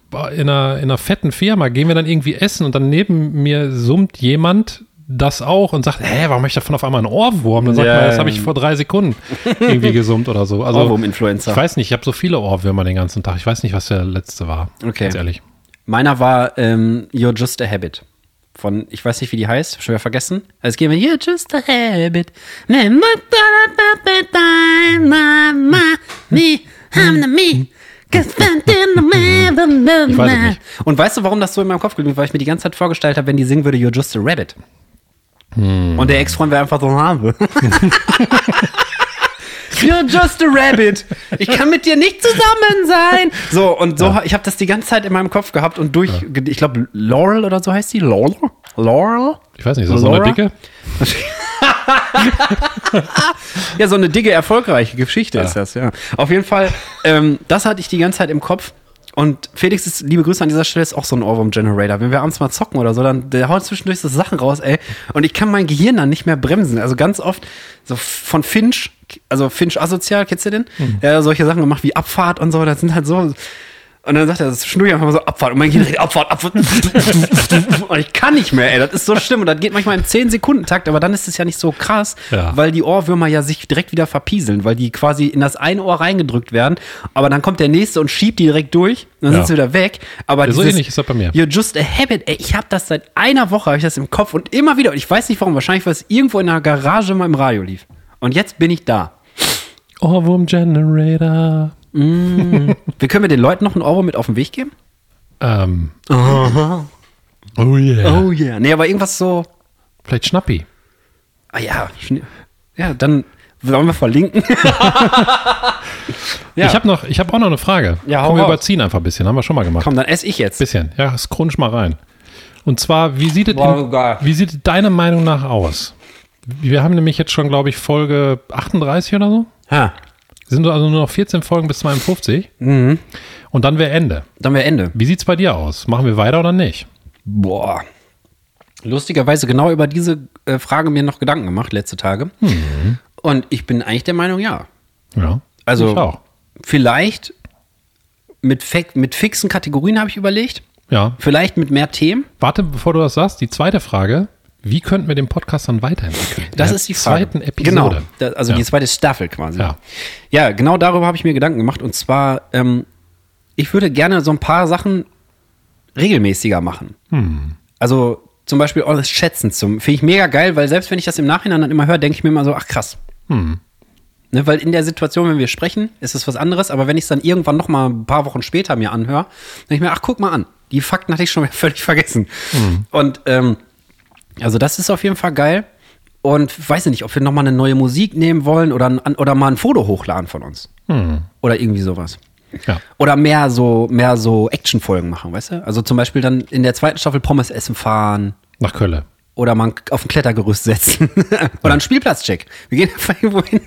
B: einer, in einer fetten Firma gehen wir dann irgendwie essen und dann neben mir summt jemand das auch und sagt, hä, warum habe ich davon auf einmal einen Ohrwurm? Dann sagt
A: Ja,
B: man, das
A: ja.
B: habe ich vor drei Sekunden irgendwie gesummt oder so. Also,
A: Ohrwurm-Influencer.
B: Ich weiß nicht, ich habe so viele Ohrwürmer den ganzen Tag. Ich weiß nicht, was der letzte war.
A: Okay.
B: Ganz ehrlich.
A: Meiner war ähm, You're Just a Habit. Von, ich weiß nicht, wie die heißt, hab schon wieder vergessen. Also Es geht mir You're Just a Habit. Ne, ma, da, da, da, da, da, na, ma, me, I'm the me. 'Cause I'm the man, the man.
B: Ich weiß es nicht.
A: Und weißt du, warum das so in meinem Kopf geblieben ist? Weil ich mir die ganze Zeit vorgestellt habe, wenn die singen würde, You're Just a Rabbit.
B: Hm.
A: Und der Ex-Freund wäre einfach so ein Hase. You're just a rabbit. Ich kann mit dir nicht zusammen sein. So, und so, ich habe das die ganze Zeit in meinem Kopf gehabt und durch, ich glaube, Laurel oder so heißt die. Laurel? Laurel?
B: Ich weiß nicht, ist das so eine
A: Laura?
B: dicke?
A: Ja, so eine dicke, erfolgreiche Geschichte ist das, ja. Auf jeden Fall, ähm, das hatte ich die ganze Zeit im Kopf. Und Felix, ist, liebe Grüße an dieser Stelle, ist auch so ein Ohrwurm-Generator. Wenn wir abends mal zocken oder so, dann der haut zwischendurch so Sachen raus, ey. Und ich kann mein Gehirn dann nicht mehr bremsen. Also ganz oft, so von Finch, also Finch asozial, kennst du den? Der hat solche Sachen gemacht wie Abfahrt und so, das sind halt so. Und dann sagt er, das schnur ich einfach mal so Abfahrt. Und mein Gehirn redet Abfahrt, Abfahrt. und ich kann nicht mehr, ey. Das ist so schlimm. Und das geht manchmal im 10-Sekunden-Takt, aber dann ist es ja nicht so krass,
B: Ja.
A: weil die Ohrwürmer ja sich direkt wieder verpieseln, weil die quasi in das eine Ohr reingedrückt werden. Aber dann kommt der nächste und schiebt die direkt durch. Und dann
B: Ja.
A: sind sie wieder weg. Aber
B: Ja, so
A: dieses,
B: ähnlich ist das bei mir.
A: You're just a habit, ey. Ich habe das seit einer Woche, habe ich das im Kopf und immer wieder. Und ich weiß nicht warum. Wahrscheinlich, weil es irgendwo in einer Garage mal im Radio lief. Und jetzt bin ich da.
B: Ohrwurm Generator.
A: Wir können wir den Leuten noch einen Euro mit auf den Weg geben?
B: Ähm. Oh yeah.
A: Oh yeah. Nee, aber irgendwas so.
B: Vielleicht Schnappi.
A: Ah ja, Schn- ja, dann sollen wir verlinken. ja,
B: Ich habe noch, ich habe auch noch eine Frage.
A: Ja, hau
B: Komm, wir
A: raus.
B: überziehen einfach ein bisschen. Haben wir schon mal gemacht.
A: komm, dann esse ich jetzt.
B: Bisschen. Ja, scrunch mal rein. Und zwar, wie sieht es, in, wie sieht es deiner Meinung nach aus? Wir haben nämlich jetzt schon, glaube ich, Folge 38 oder so.
A: Ha.
B: Sind also nur noch 14 Folgen bis 52.
A: Mhm.
B: Und dann wäre Ende.
A: Dann wäre Ende.
B: Wie sieht's bei dir aus? Machen wir weiter oder nicht?
A: Boah. Lustigerweise genau über diese äh, Frage mir noch Gedanken gemacht letzte Tage. Und ich bin eigentlich der Meinung, ja.
B: Ja.
A: Also
B: Ich auch.
A: vielleicht mit, fe mit fixen Kategorien habe ich überlegt.
B: Ja.
A: Vielleicht mit mehr Themen.
B: Warte, bevor du das sagst, die zweite Frage. Wie könnten wir den Podcast dann weiterentwickeln? In
A: Das
B: der
A: ist die Frage.
B: zweiten Episode.
A: Genau, da, also
B: ja.
A: die zweite Staffel quasi.
B: Ja.
A: ja, genau darüber habe ich mir Gedanken gemacht. Und zwar, ähm, ich würde gerne so ein paar Sachen regelmäßiger machen. Also zum Beispiel auch das Schätzen zum. Finde ich mega geil, weil selbst wenn ich das im Nachhinein dann immer höre, denke ich mir immer so, ach krass. Ne, weil in der Situation, wenn wir sprechen, ist es was anderes. Aber wenn ich es dann irgendwann noch mal ein paar Wochen später mir anhöre, denke ich mir, ach guck mal an, die Fakten hatte ich schon wieder völlig vergessen. Und ähm, also das ist auf jeden Fall geil. Und weiß nicht, ob wir nochmal eine neue Musik nehmen wollen oder, ein, oder mal ein Foto hochladen von uns.
B: Hm.
A: Oder irgendwie sowas.
B: Ja.
A: Oder mehr so, mehr so Action-Folgen machen, weißt du? Also zum Beispiel dann in der zweiten Staffel Pommes essen fahren
B: Nach Kölle.
A: oder mal auf ein Klettergerüst setzen. oder einen Spielplatzcheck. Wir gehen einfach irgendwo hin.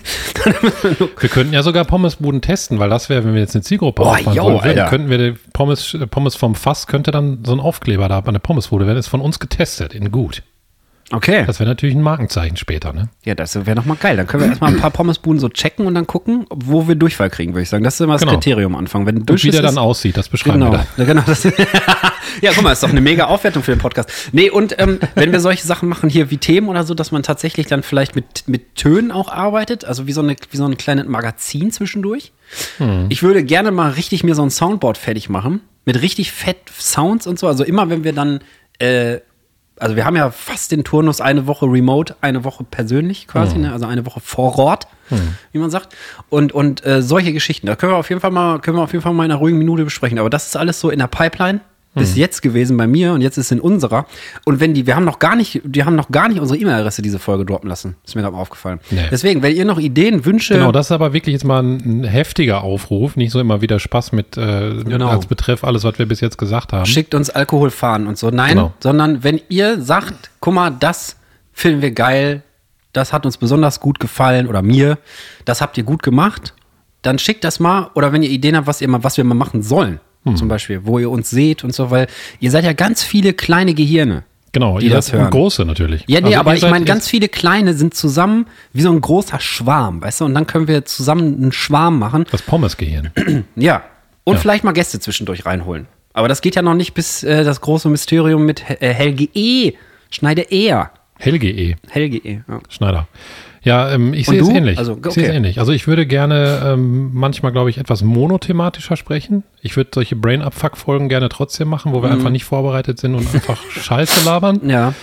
B: Wir könnten ja sogar Pommesbuden testen, weil das wäre, wenn wir jetzt eine Zielgruppe
A: Oh,
B: aufmachen
A: yo,
B: würden,
A: Alter.
B: könnten wir die Pommes, äh, Pommes vom Fass, könnte dann so ein Aufkleber da an der Pommesbude werden, ist von uns getestet in gut.
A: okay.
B: Das wäre natürlich ein Markenzeichen später, ne?
A: Ja, das wäre nochmal geil. Dann können wir erstmal ein paar Pommesbuden so checken und dann gucken, wo wir Durchfall kriegen, würde ich sagen. Das ist immer das
B: Genau.
A: Kriterium am Anfang. Wenn
B: Und wie
A: Durchschiss
B: der
A: ist-
B: dann aussieht, das beschreiben
A: Genau,
B: wir dann.
A: ja, genau das. ja, guck mal, ist doch eine mega Aufwertung für den Podcast. Nee, und ähm, wenn wir solche Sachen machen hier wie Themen oder so, dass man tatsächlich dann vielleicht mit, mit Tönen auch arbeitet, also wie so, eine, wie so ein kleines Magazin zwischendurch.
B: Hm.
A: Ich würde gerne mal richtig mir so ein Soundboard fertig machen, mit richtig fett Sounds und so. Also immer, wenn wir dann, äh, also wir haben ja fast den Turnus eine Woche remote, eine Woche persönlich
B: Mhm.
A: quasi, ne? also eine Woche vor Ort, wie man sagt. Und, und äh, solche Geschichten, da können wir auf jeden Fall mal, können wir auf jeden Fall mal in einer ruhigen Minute besprechen. Aber das ist alles so in der Pipeline
B: Mhm.
A: bis jetzt gewesen bei mir und jetzt ist es in unserer. Und wenn die, wir haben noch gar nicht, die haben noch gar nicht unsere E-Mail-Adresse diese Folge droppen lassen. Ist mir gerade mal aufgefallen.
B: Nee.
A: Deswegen, wenn ihr noch Ideen, Wünsche,
B: Genau, das ist aber wirklich jetzt mal ein, ein heftiger Aufruf, nicht so immer wieder Spaß mit, äh,
A: Genau.
B: als Betreff alles, was wir bis jetzt gesagt haben.
A: schickt uns Alkohol fahren und so. Nein,
B: Mhm. Genau.
A: sondern wenn ihr sagt, guck mal, das finden wir geil, das hat uns besonders gut gefallen oder mir, das habt ihr gut gemacht, dann schickt das mal oder wenn ihr Ideen habt, was, ihr mal, was wir mal machen sollen,
B: Mhm.
A: zum Beispiel, wo ihr uns seht und so, weil ihr seid ja ganz viele kleine Gehirne.
B: Genau,
A: die
B: ihr
A: das
B: seid- und
A: hören.
B: große natürlich.
A: Ja, nee,
B: Also
A: aber
B: ihr
A: ich
B: seid-
A: meine,
B: ihr-
A: ganz viele kleine sind zusammen wie so ein großer Schwarm, weißt du? Und dann können wir zusammen einen Schwarm machen.
B: Das Pommesgehirn.
A: Ja. Und
B: Ja.
A: vielleicht mal Gäste zwischendurch reinholen. Aber das geht ja noch nicht, bis äh, das große Mysterium mit He- äh, Helge E. Schneide er.
B: Helge E.
A: Helge E. Ja.
B: Schneider. Ja, ähm, ich sehe es
A: du?
B: ähnlich.
A: Also,
B: Ich sehe es
A: okay.
B: ähnlich. Also ich würde gerne ähm, manchmal, glaube ich, etwas monothematischer sprechen. Ich würde solche Brain-Up-Fuck-Folgen gerne trotzdem machen, wo wir
A: Mhm.
B: einfach nicht vorbereitet sind und einfach Scheiße labern.
A: ja.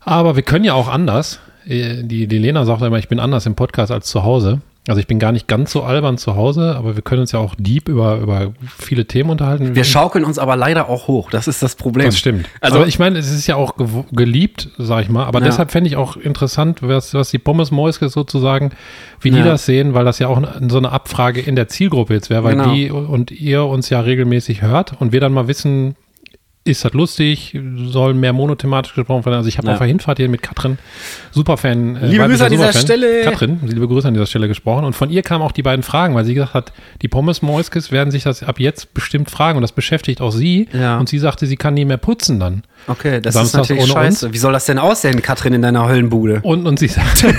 B: Aber wir können ja auch anders. Äh, Die, die Lena sagt immer, ich bin anders im Podcast als zu Hause. Also ich bin gar nicht ganz so albern zu Hause, aber wir können uns ja auch deep über, über viele Themen unterhalten.
A: Wir schaukeln uns aber leider auch hoch. Das ist das Problem.
B: Mhm. Das stimmt.
A: Also,
B: aber ich meine, es ist ja auch gew- geliebt, sag ich mal. Aber
A: Ja.
B: deshalb fände ich auch interessant, was, was die Pommes Moiske sozusagen, wie die
A: Ja.
B: das sehen, weil das ja auch n- so eine Abfrage in der Zielgruppe jetzt wäre, weil
A: Genau.
B: die und ihr uns ja regelmäßig hört und wir dann mal wissen, ist das lustig, sollen mehr monothematisch gesprochen werden. Also ich habe
A: Ja.
B: auf der Hinfahrt hier mit Katrin, Superfan. äh,
A: Liebe
B: weiblicher
A: Grüße an dieser
B: Superfan.
A: Stelle.
B: Katrin, liebe Grüße an dieser Stelle gesprochen. Und von ihr kamen auch die beiden Fragen, weil sie gesagt hat, die Pommes Moiskes werden sich das ab jetzt bestimmt fragen und das beschäftigt auch sie.
A: Ja.
B: Und sie sagte, sie kann nie mehr putzen dann.
A: okay, das
B: Samstag
A: ist natürlich
B: ohne
A: scheiße. Wie soll das denn aussehen, Katrin, in deiner Höllenbude?
B: Und, und sie sagte,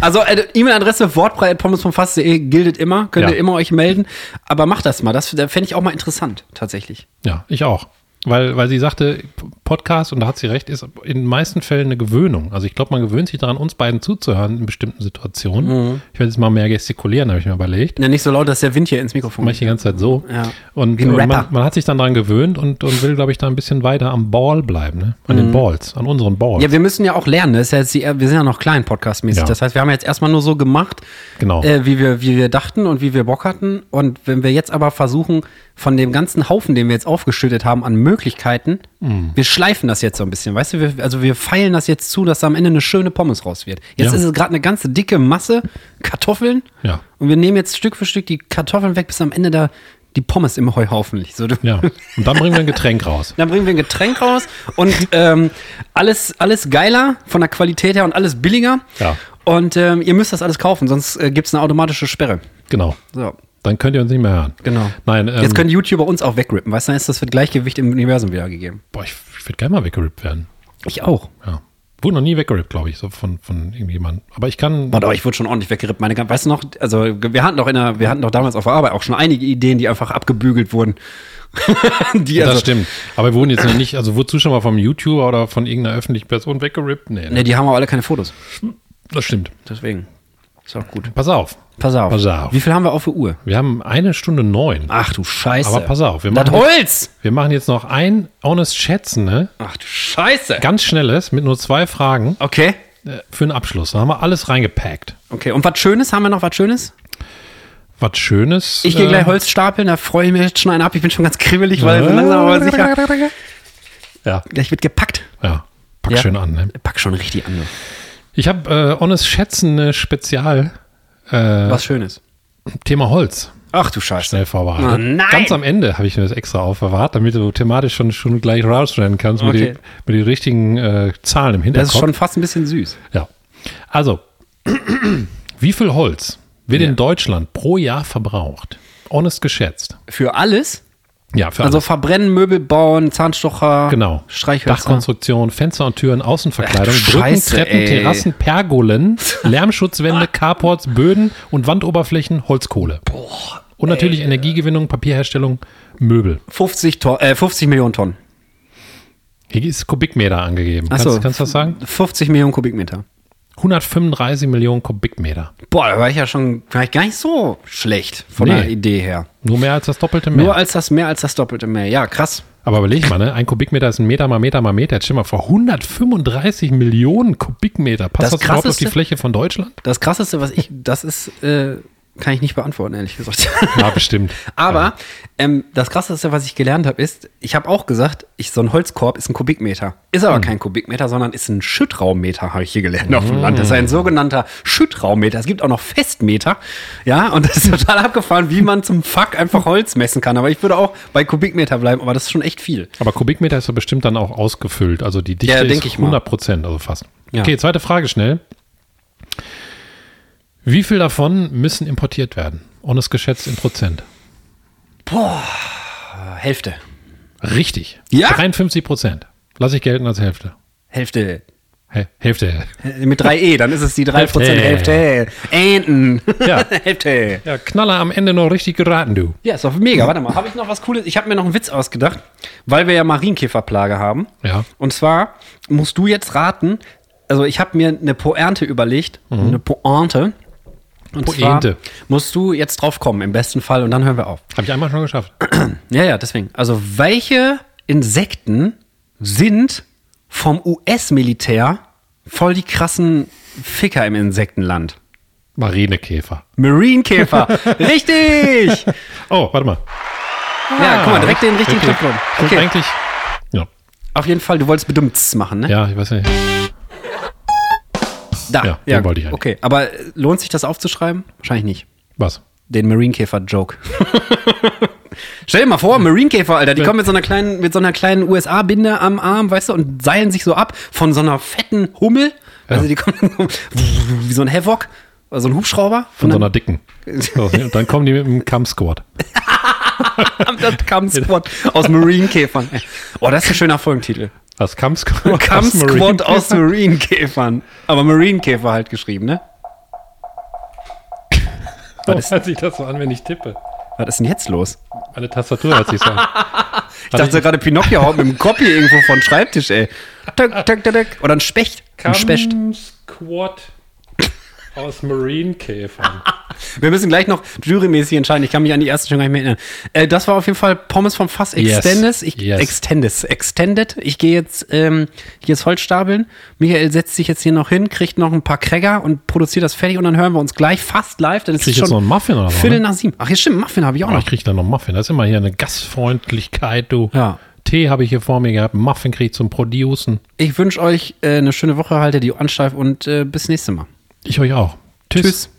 A: Also, äh, E-Mail-Adresse wortbrei.pommesvomfass.de gildet immer. Könnt
B: Ja.
A: ihr immer euch melden. Aber macht das mal. Das da fände ich auch mal interessant, tatsächlich.
B: ja, ich auch. Weil, weil sie sagte, P- Podcast, und da hat sie recht, ist in den meisten Fällen eine Gewöhnung. Also ich glaube, man gewöhnt sich daran, uns beiden zuzuhören in bestimmten
A: Mhm.
B: Situationen. Ich werde jetzt mal mehr gestikulieren, habe ich mir überlegt.
A: Ja, nicht so laut, dass der Wind hier ins Mikrofon
B: Mache ich die ganze Zeit so.
A: Ja.
B: Und
A: Wie ein
B: äh, man,
A: Rapper.
B: man hat sich dann daran gewöhnt und, und will, glaube ich, da ein bisschen weiter am Ball bleiben. Ne? An den Balls, an unseren Balls.
A: Mhm. Ja, wir müssen ja auch lernen. Das ist ja jetzt die, wir sind ja noch klein podcastmäßig.
B: Ja.
A: Das heißt, wir haben jetzt erstmal nur so gemacht,
B: Genau.
A: äh, wie, wir, wie wir dachten und wie wir Bock hatten. Und wenn wir jetzt aber versuchen, von dem ganzen Haufen, den wir jetzt aufgeschüttet haben, an Möglichkeiten,
B: Mhm.
A: wir schleifen das jetzt so ein bisschen. Weißt du, wir, also wir feilen das jetzt zu, dass da am Ende eine schöne Pommes raus wird. Jetzt
B: Ja.
A: ist es gerade eine ganze dicke Masse Kartoffeln.
B: Ja.
A: Und wir nehmen jetzt Stück für Stück die Kartoffeln weg, bis am Ende da die Pommes im Heuhaufen liegt. So, du,
B: Ja. Und dann bringen wir ein Getränk raus.
A: Dann bringen wir ein Getränk raus und ähm, alles, alles geiler von der Qualität her und alles billiger.
B: Ja.
A: Und ähm, ihr müsst das alles kaufen, sonst äh, gibt es eine automatische Sperre.
B: Genau.
A: So,
B: Dann könnt ihr uns nicht mehr hören.
A: genau.
B: Nein, ähm,
A: Jetzt können die YouTuber uns auch wegrippen, weißt du, dann ist das Gleichgewicht im Universum wiedergegeben.
B: boah, ich, ich würde gerne mal weggerippt werden.
A: Ich auch.
B: Ja. Wurde noch nie weggerippt, glaube ich, so von, von irgendjemandem. Aber ich kann.
A: Warte, aber ich wurde schon ordentlich weggerippt. Meine, gan- weißt du noch, also wir hatten doch in der, wir hatten doch damals auf der Arbeit auch schon einige Ideen, die einfach abgebügelt wurden. die
B: das
A: also,
B: stimmt. Aber wir wurden jetzt noch nicht, also wurdest du schon mal vom YouTuber oder von irgendeiner öffentlichen Person weggerippt? Nee,
A: Ne, die haben aber alle keine Fotos.
B: das stimmt.
A: Deswegen. Ist auch gut.
B: Pass auf.
A: Pass auf.
B: Pass auf.
A: Wie viel haben wir auf der Uhr?
B: Wir haben eine Stunde neun.
A: Ach du Scheiße.
B: Aber pass auf, wir
A: das
B: machen-
A: Holz!
B: Wir machen jetzt noch ein Honest Schätzen, ne?
A: Ach du Scheiße.
B: Ganz schnelles, mit nur zwei Fragen
A: Okay.
B: äh, für den Abschluss. Da haben wir alles reingepackt.
A: Okay. Und was Schönes? Haben wir noch was Schönes?
B: Was Schönes.
A: Ich gehe
B: äh,
A: gleich Holz stapeln, da freue ich mich jetzt schon einen ab. Ich bin schon ganz kribbelig, weil so langsam aber sicher.
B: Ja,
A: Gleich wird gepackt.
B: ja. Pack
A: Ja.
B: schön an, ne?
A: Pack schon richtig an. du.
B: Ich habe äh, Honest Schätzen äh, Spezial äh,
A: Was Schönes.
B: Thema Holz
A: Ach du Scheiße.
B: schnell vorbereitet.
A: Oh nein!
B: Ganz am Ende habe ich mir das extra aufbewahrt, damit du thematisch schon, schon gleich rausrennen kannst
A: Okay.
B: mit, den, mit den richtigen äh, Zahlen im
A: Das ist
B: Hinterkopf.
A: schon fast ein bisschen süß.
B: ja. Also, wie viel Holz wird
A: Ja.
B: in Deutschland pro Jahr verbraucht? Honest geschätzt.
A: Für alles?
B: Ja, für
A: Also
B: alles.
A: verbrennen, Möbel bauen, Zahnstocher,
B: Genau.
A: Streichhölzer.
B: Dachkonstruktion, Fenster und Türen, Außenverkleidung,
A: Ach, du
B: Brücken,
A: Scheiße,
B: Treppen,
A: ey.
B: Terrassen, Pergolen, Lärmschutzwände, Carports, Böden und Wandoberflächen, Holzkohle. und natürlich Energiegewinnung, Papierherstellung, Möbel.
A: 50, Ton, äh, 50 Millionen Tonnen.
B: Hier ist Kubikmeter angegeben.
A: Ach
B: Kannst,
A: so.
B: kannst du das sagen?
A: 50 Millionen Kubikmeter.
B: 135 Millionen Kubikmeter.
A: Boah, da war ich ja schon war ich gar nicht so schlecht von
B: Nee.
A: der Idee her.
B: Nur mehr als das Doppelte mehr.
A: Nur als das mehr als das Doppelte mehr. Ja, krass.
B: Aber überleg mal, ne? ein Kubikmeter ist ein Meter mal Meter mal Meter. Jetzt stell mal vor, 135 Millionen Kubikmeter. Passt
A: Das
B: das, überhaupt auf die
A: Krasseste-
B: Fläche von Deutschland?
A: Das krasseste, was ich, das ist, äh, kann ich nicht beantworten, ehrlich gesagt.
B: Ja, bestimmt.
A: Aber
B: Ja.
A: ähm, das krasseste, was ich gelernt habe, ist, ich habe auch gesagt, ich, so ein Holzkorb ist ein Kubikmeter. Ist aber kein Kubikmeter, sondern ist ein Schüttraummeter, habe ich hier gelernt auf dem Land. Das ist ein sogenannter Schüttraummeter. Es gibt auch noch Festmeter. Ja, und das ist total abgefahren, wie man zum Fuck einfach Holz messen kann. Aber ich würde auch bei Kubikmeter bleiben, aber das ist schon echt viel.
B: Aber Kubikmeter ist ja bestimmt dann auch ausgefüllt. Also die Dichte
A: Ja,
B: ist
A: denk ich mal.
B: 100 Prozent, also fast.
A: Ja.
B: Okay, zweite Frage schnell. Wie viel davon müssen importiert werden? Und es geschätzt in Prozent.
A: Hälfte.
B: Richtig.
A: Ja?
B: 53 Prozent. Lass ich gelten als Hälfte.
A: Hälfte.
B: Hä- Hälfte.
A: Äh, Mit 3E, dann ist es die 3%
B: Hälfte.
A: Hälfte. Enten.
B: Ja.
A: Hälfte.
B: Ja, Knaller am Ende noch richtig geraten, du.
A: Ja, ist doch mega. Warte mal, habe ich noch was Cooles? Ich habe mir noch einen Witz ausgedacht, weil wir ja Marienkäferplage haben.
B: Ja.
A: Und zwar musst du jetzt raten, also ich habe mir eine Pointe überlegt, eine Pointe. Und
B: Mhm. Pointe.
A: Zwar musst du jetzt drauf kommen, im besten Fall, und dann hören wir auf.
B: Habe ich einmal schon geschafft.
A: Ja, ja, deswegen. Also welche Insekten sind vom US-Militär voll die krassen Ficker im Insektenland?
B: Marinekäfer.
A: Marienkäfer. Richtig!
B: Oh, warte mal.
A: Ja, Ah, guck mal, direkt den richtigen
B: okay.
A: Knopf. genommen.
B: Ich wollte Eigentlich. Ja.
A: Auf jeden Fall, du wolltest bedummt machen, ne?
B: ja, ich weiß nicht.
A: Da.
B: Ja, den wollte ich eigentlich.
A: Okay, aber äh, lohnt sich das aufzuschreiben? Wahrscheinlich nicht.
B: Was?
A: Den Marinekäfer-Joke. Stell dir mal vor, Marinekäfer, Alter, die kommen mit so einer kleinen, mit so einer kleinen USA-Binde am Arm, weißt du, und seilen sich so ab von so einer fetten Hummel. Also die kommen so- wie so ein Havoc, oder so ein Hubschrauber.
B: Von so
A: Und
B: einer dicken. So, und dann kommen die mit dem Kampfsquad.
A: dann das Kampfsquad aus Marinekäfern. ey. Oh, das ist ein schöner Folgentitel.
B: Das Kampfsquad.
A: Kampfsquad
B: Marine-
A: aus Marinekäfern. Aber Marinekäfer halt geschrieben, ne?
B: Oh, hört sich das so an, wenn ich tippe?
A: Was ist denn jetzt los?
B: Meine Tastatur hört sich so an.
A: Ich dachte gerade, Pinocchio haut mit dem Kopf hier irgendwo von Schreibtisch, ey. Tack, tack, tack, tack. Oder ein Specht. Ein Specht.
B: Kampfsquad aus Marinekäfern.
A: Wir müssen gleich noch jurymäßig entscheiden. Ich kann mich an die erste schon gar nicht mehr erinnern. Äh, das war auf jeden Fall Pommes vom Fass
B: Yes.
A: Extendes. Ich,
B: Yes.
A: Extendes. Extended. Ich gehe jetzt, ähm, ich gehe jetzt Holz stapeln. Michael setzt sich jetzt hier noch hin, kriegt noch ein paar Cracker und produziert das fertig und dann hören wir uns gleich fast live. Dann ist
B: Krieg ich
A: es
B: jetzt noch
A: schon
B: einen Muffin oder so?
A: Viertel
B: Ne?
A: nach sieben. Ach ja, stimmt. Muffin habe ich auch
B: Oh,
A: noch.
B: ich krieg da noch einen Muffin. Das ist immer hier eine Gastfreundlichkeit, du.
A: Ja.
B: Tee habe ich hier vor mir gehabt. Muffin krieg ich zum Producen.
A: Ich wünsche euch äh, eine schöne Woche. Haltet die Ohren steif und äh, bis nächste Mal.
B: Ich euch auch. Tschüss.
A: Tschüss.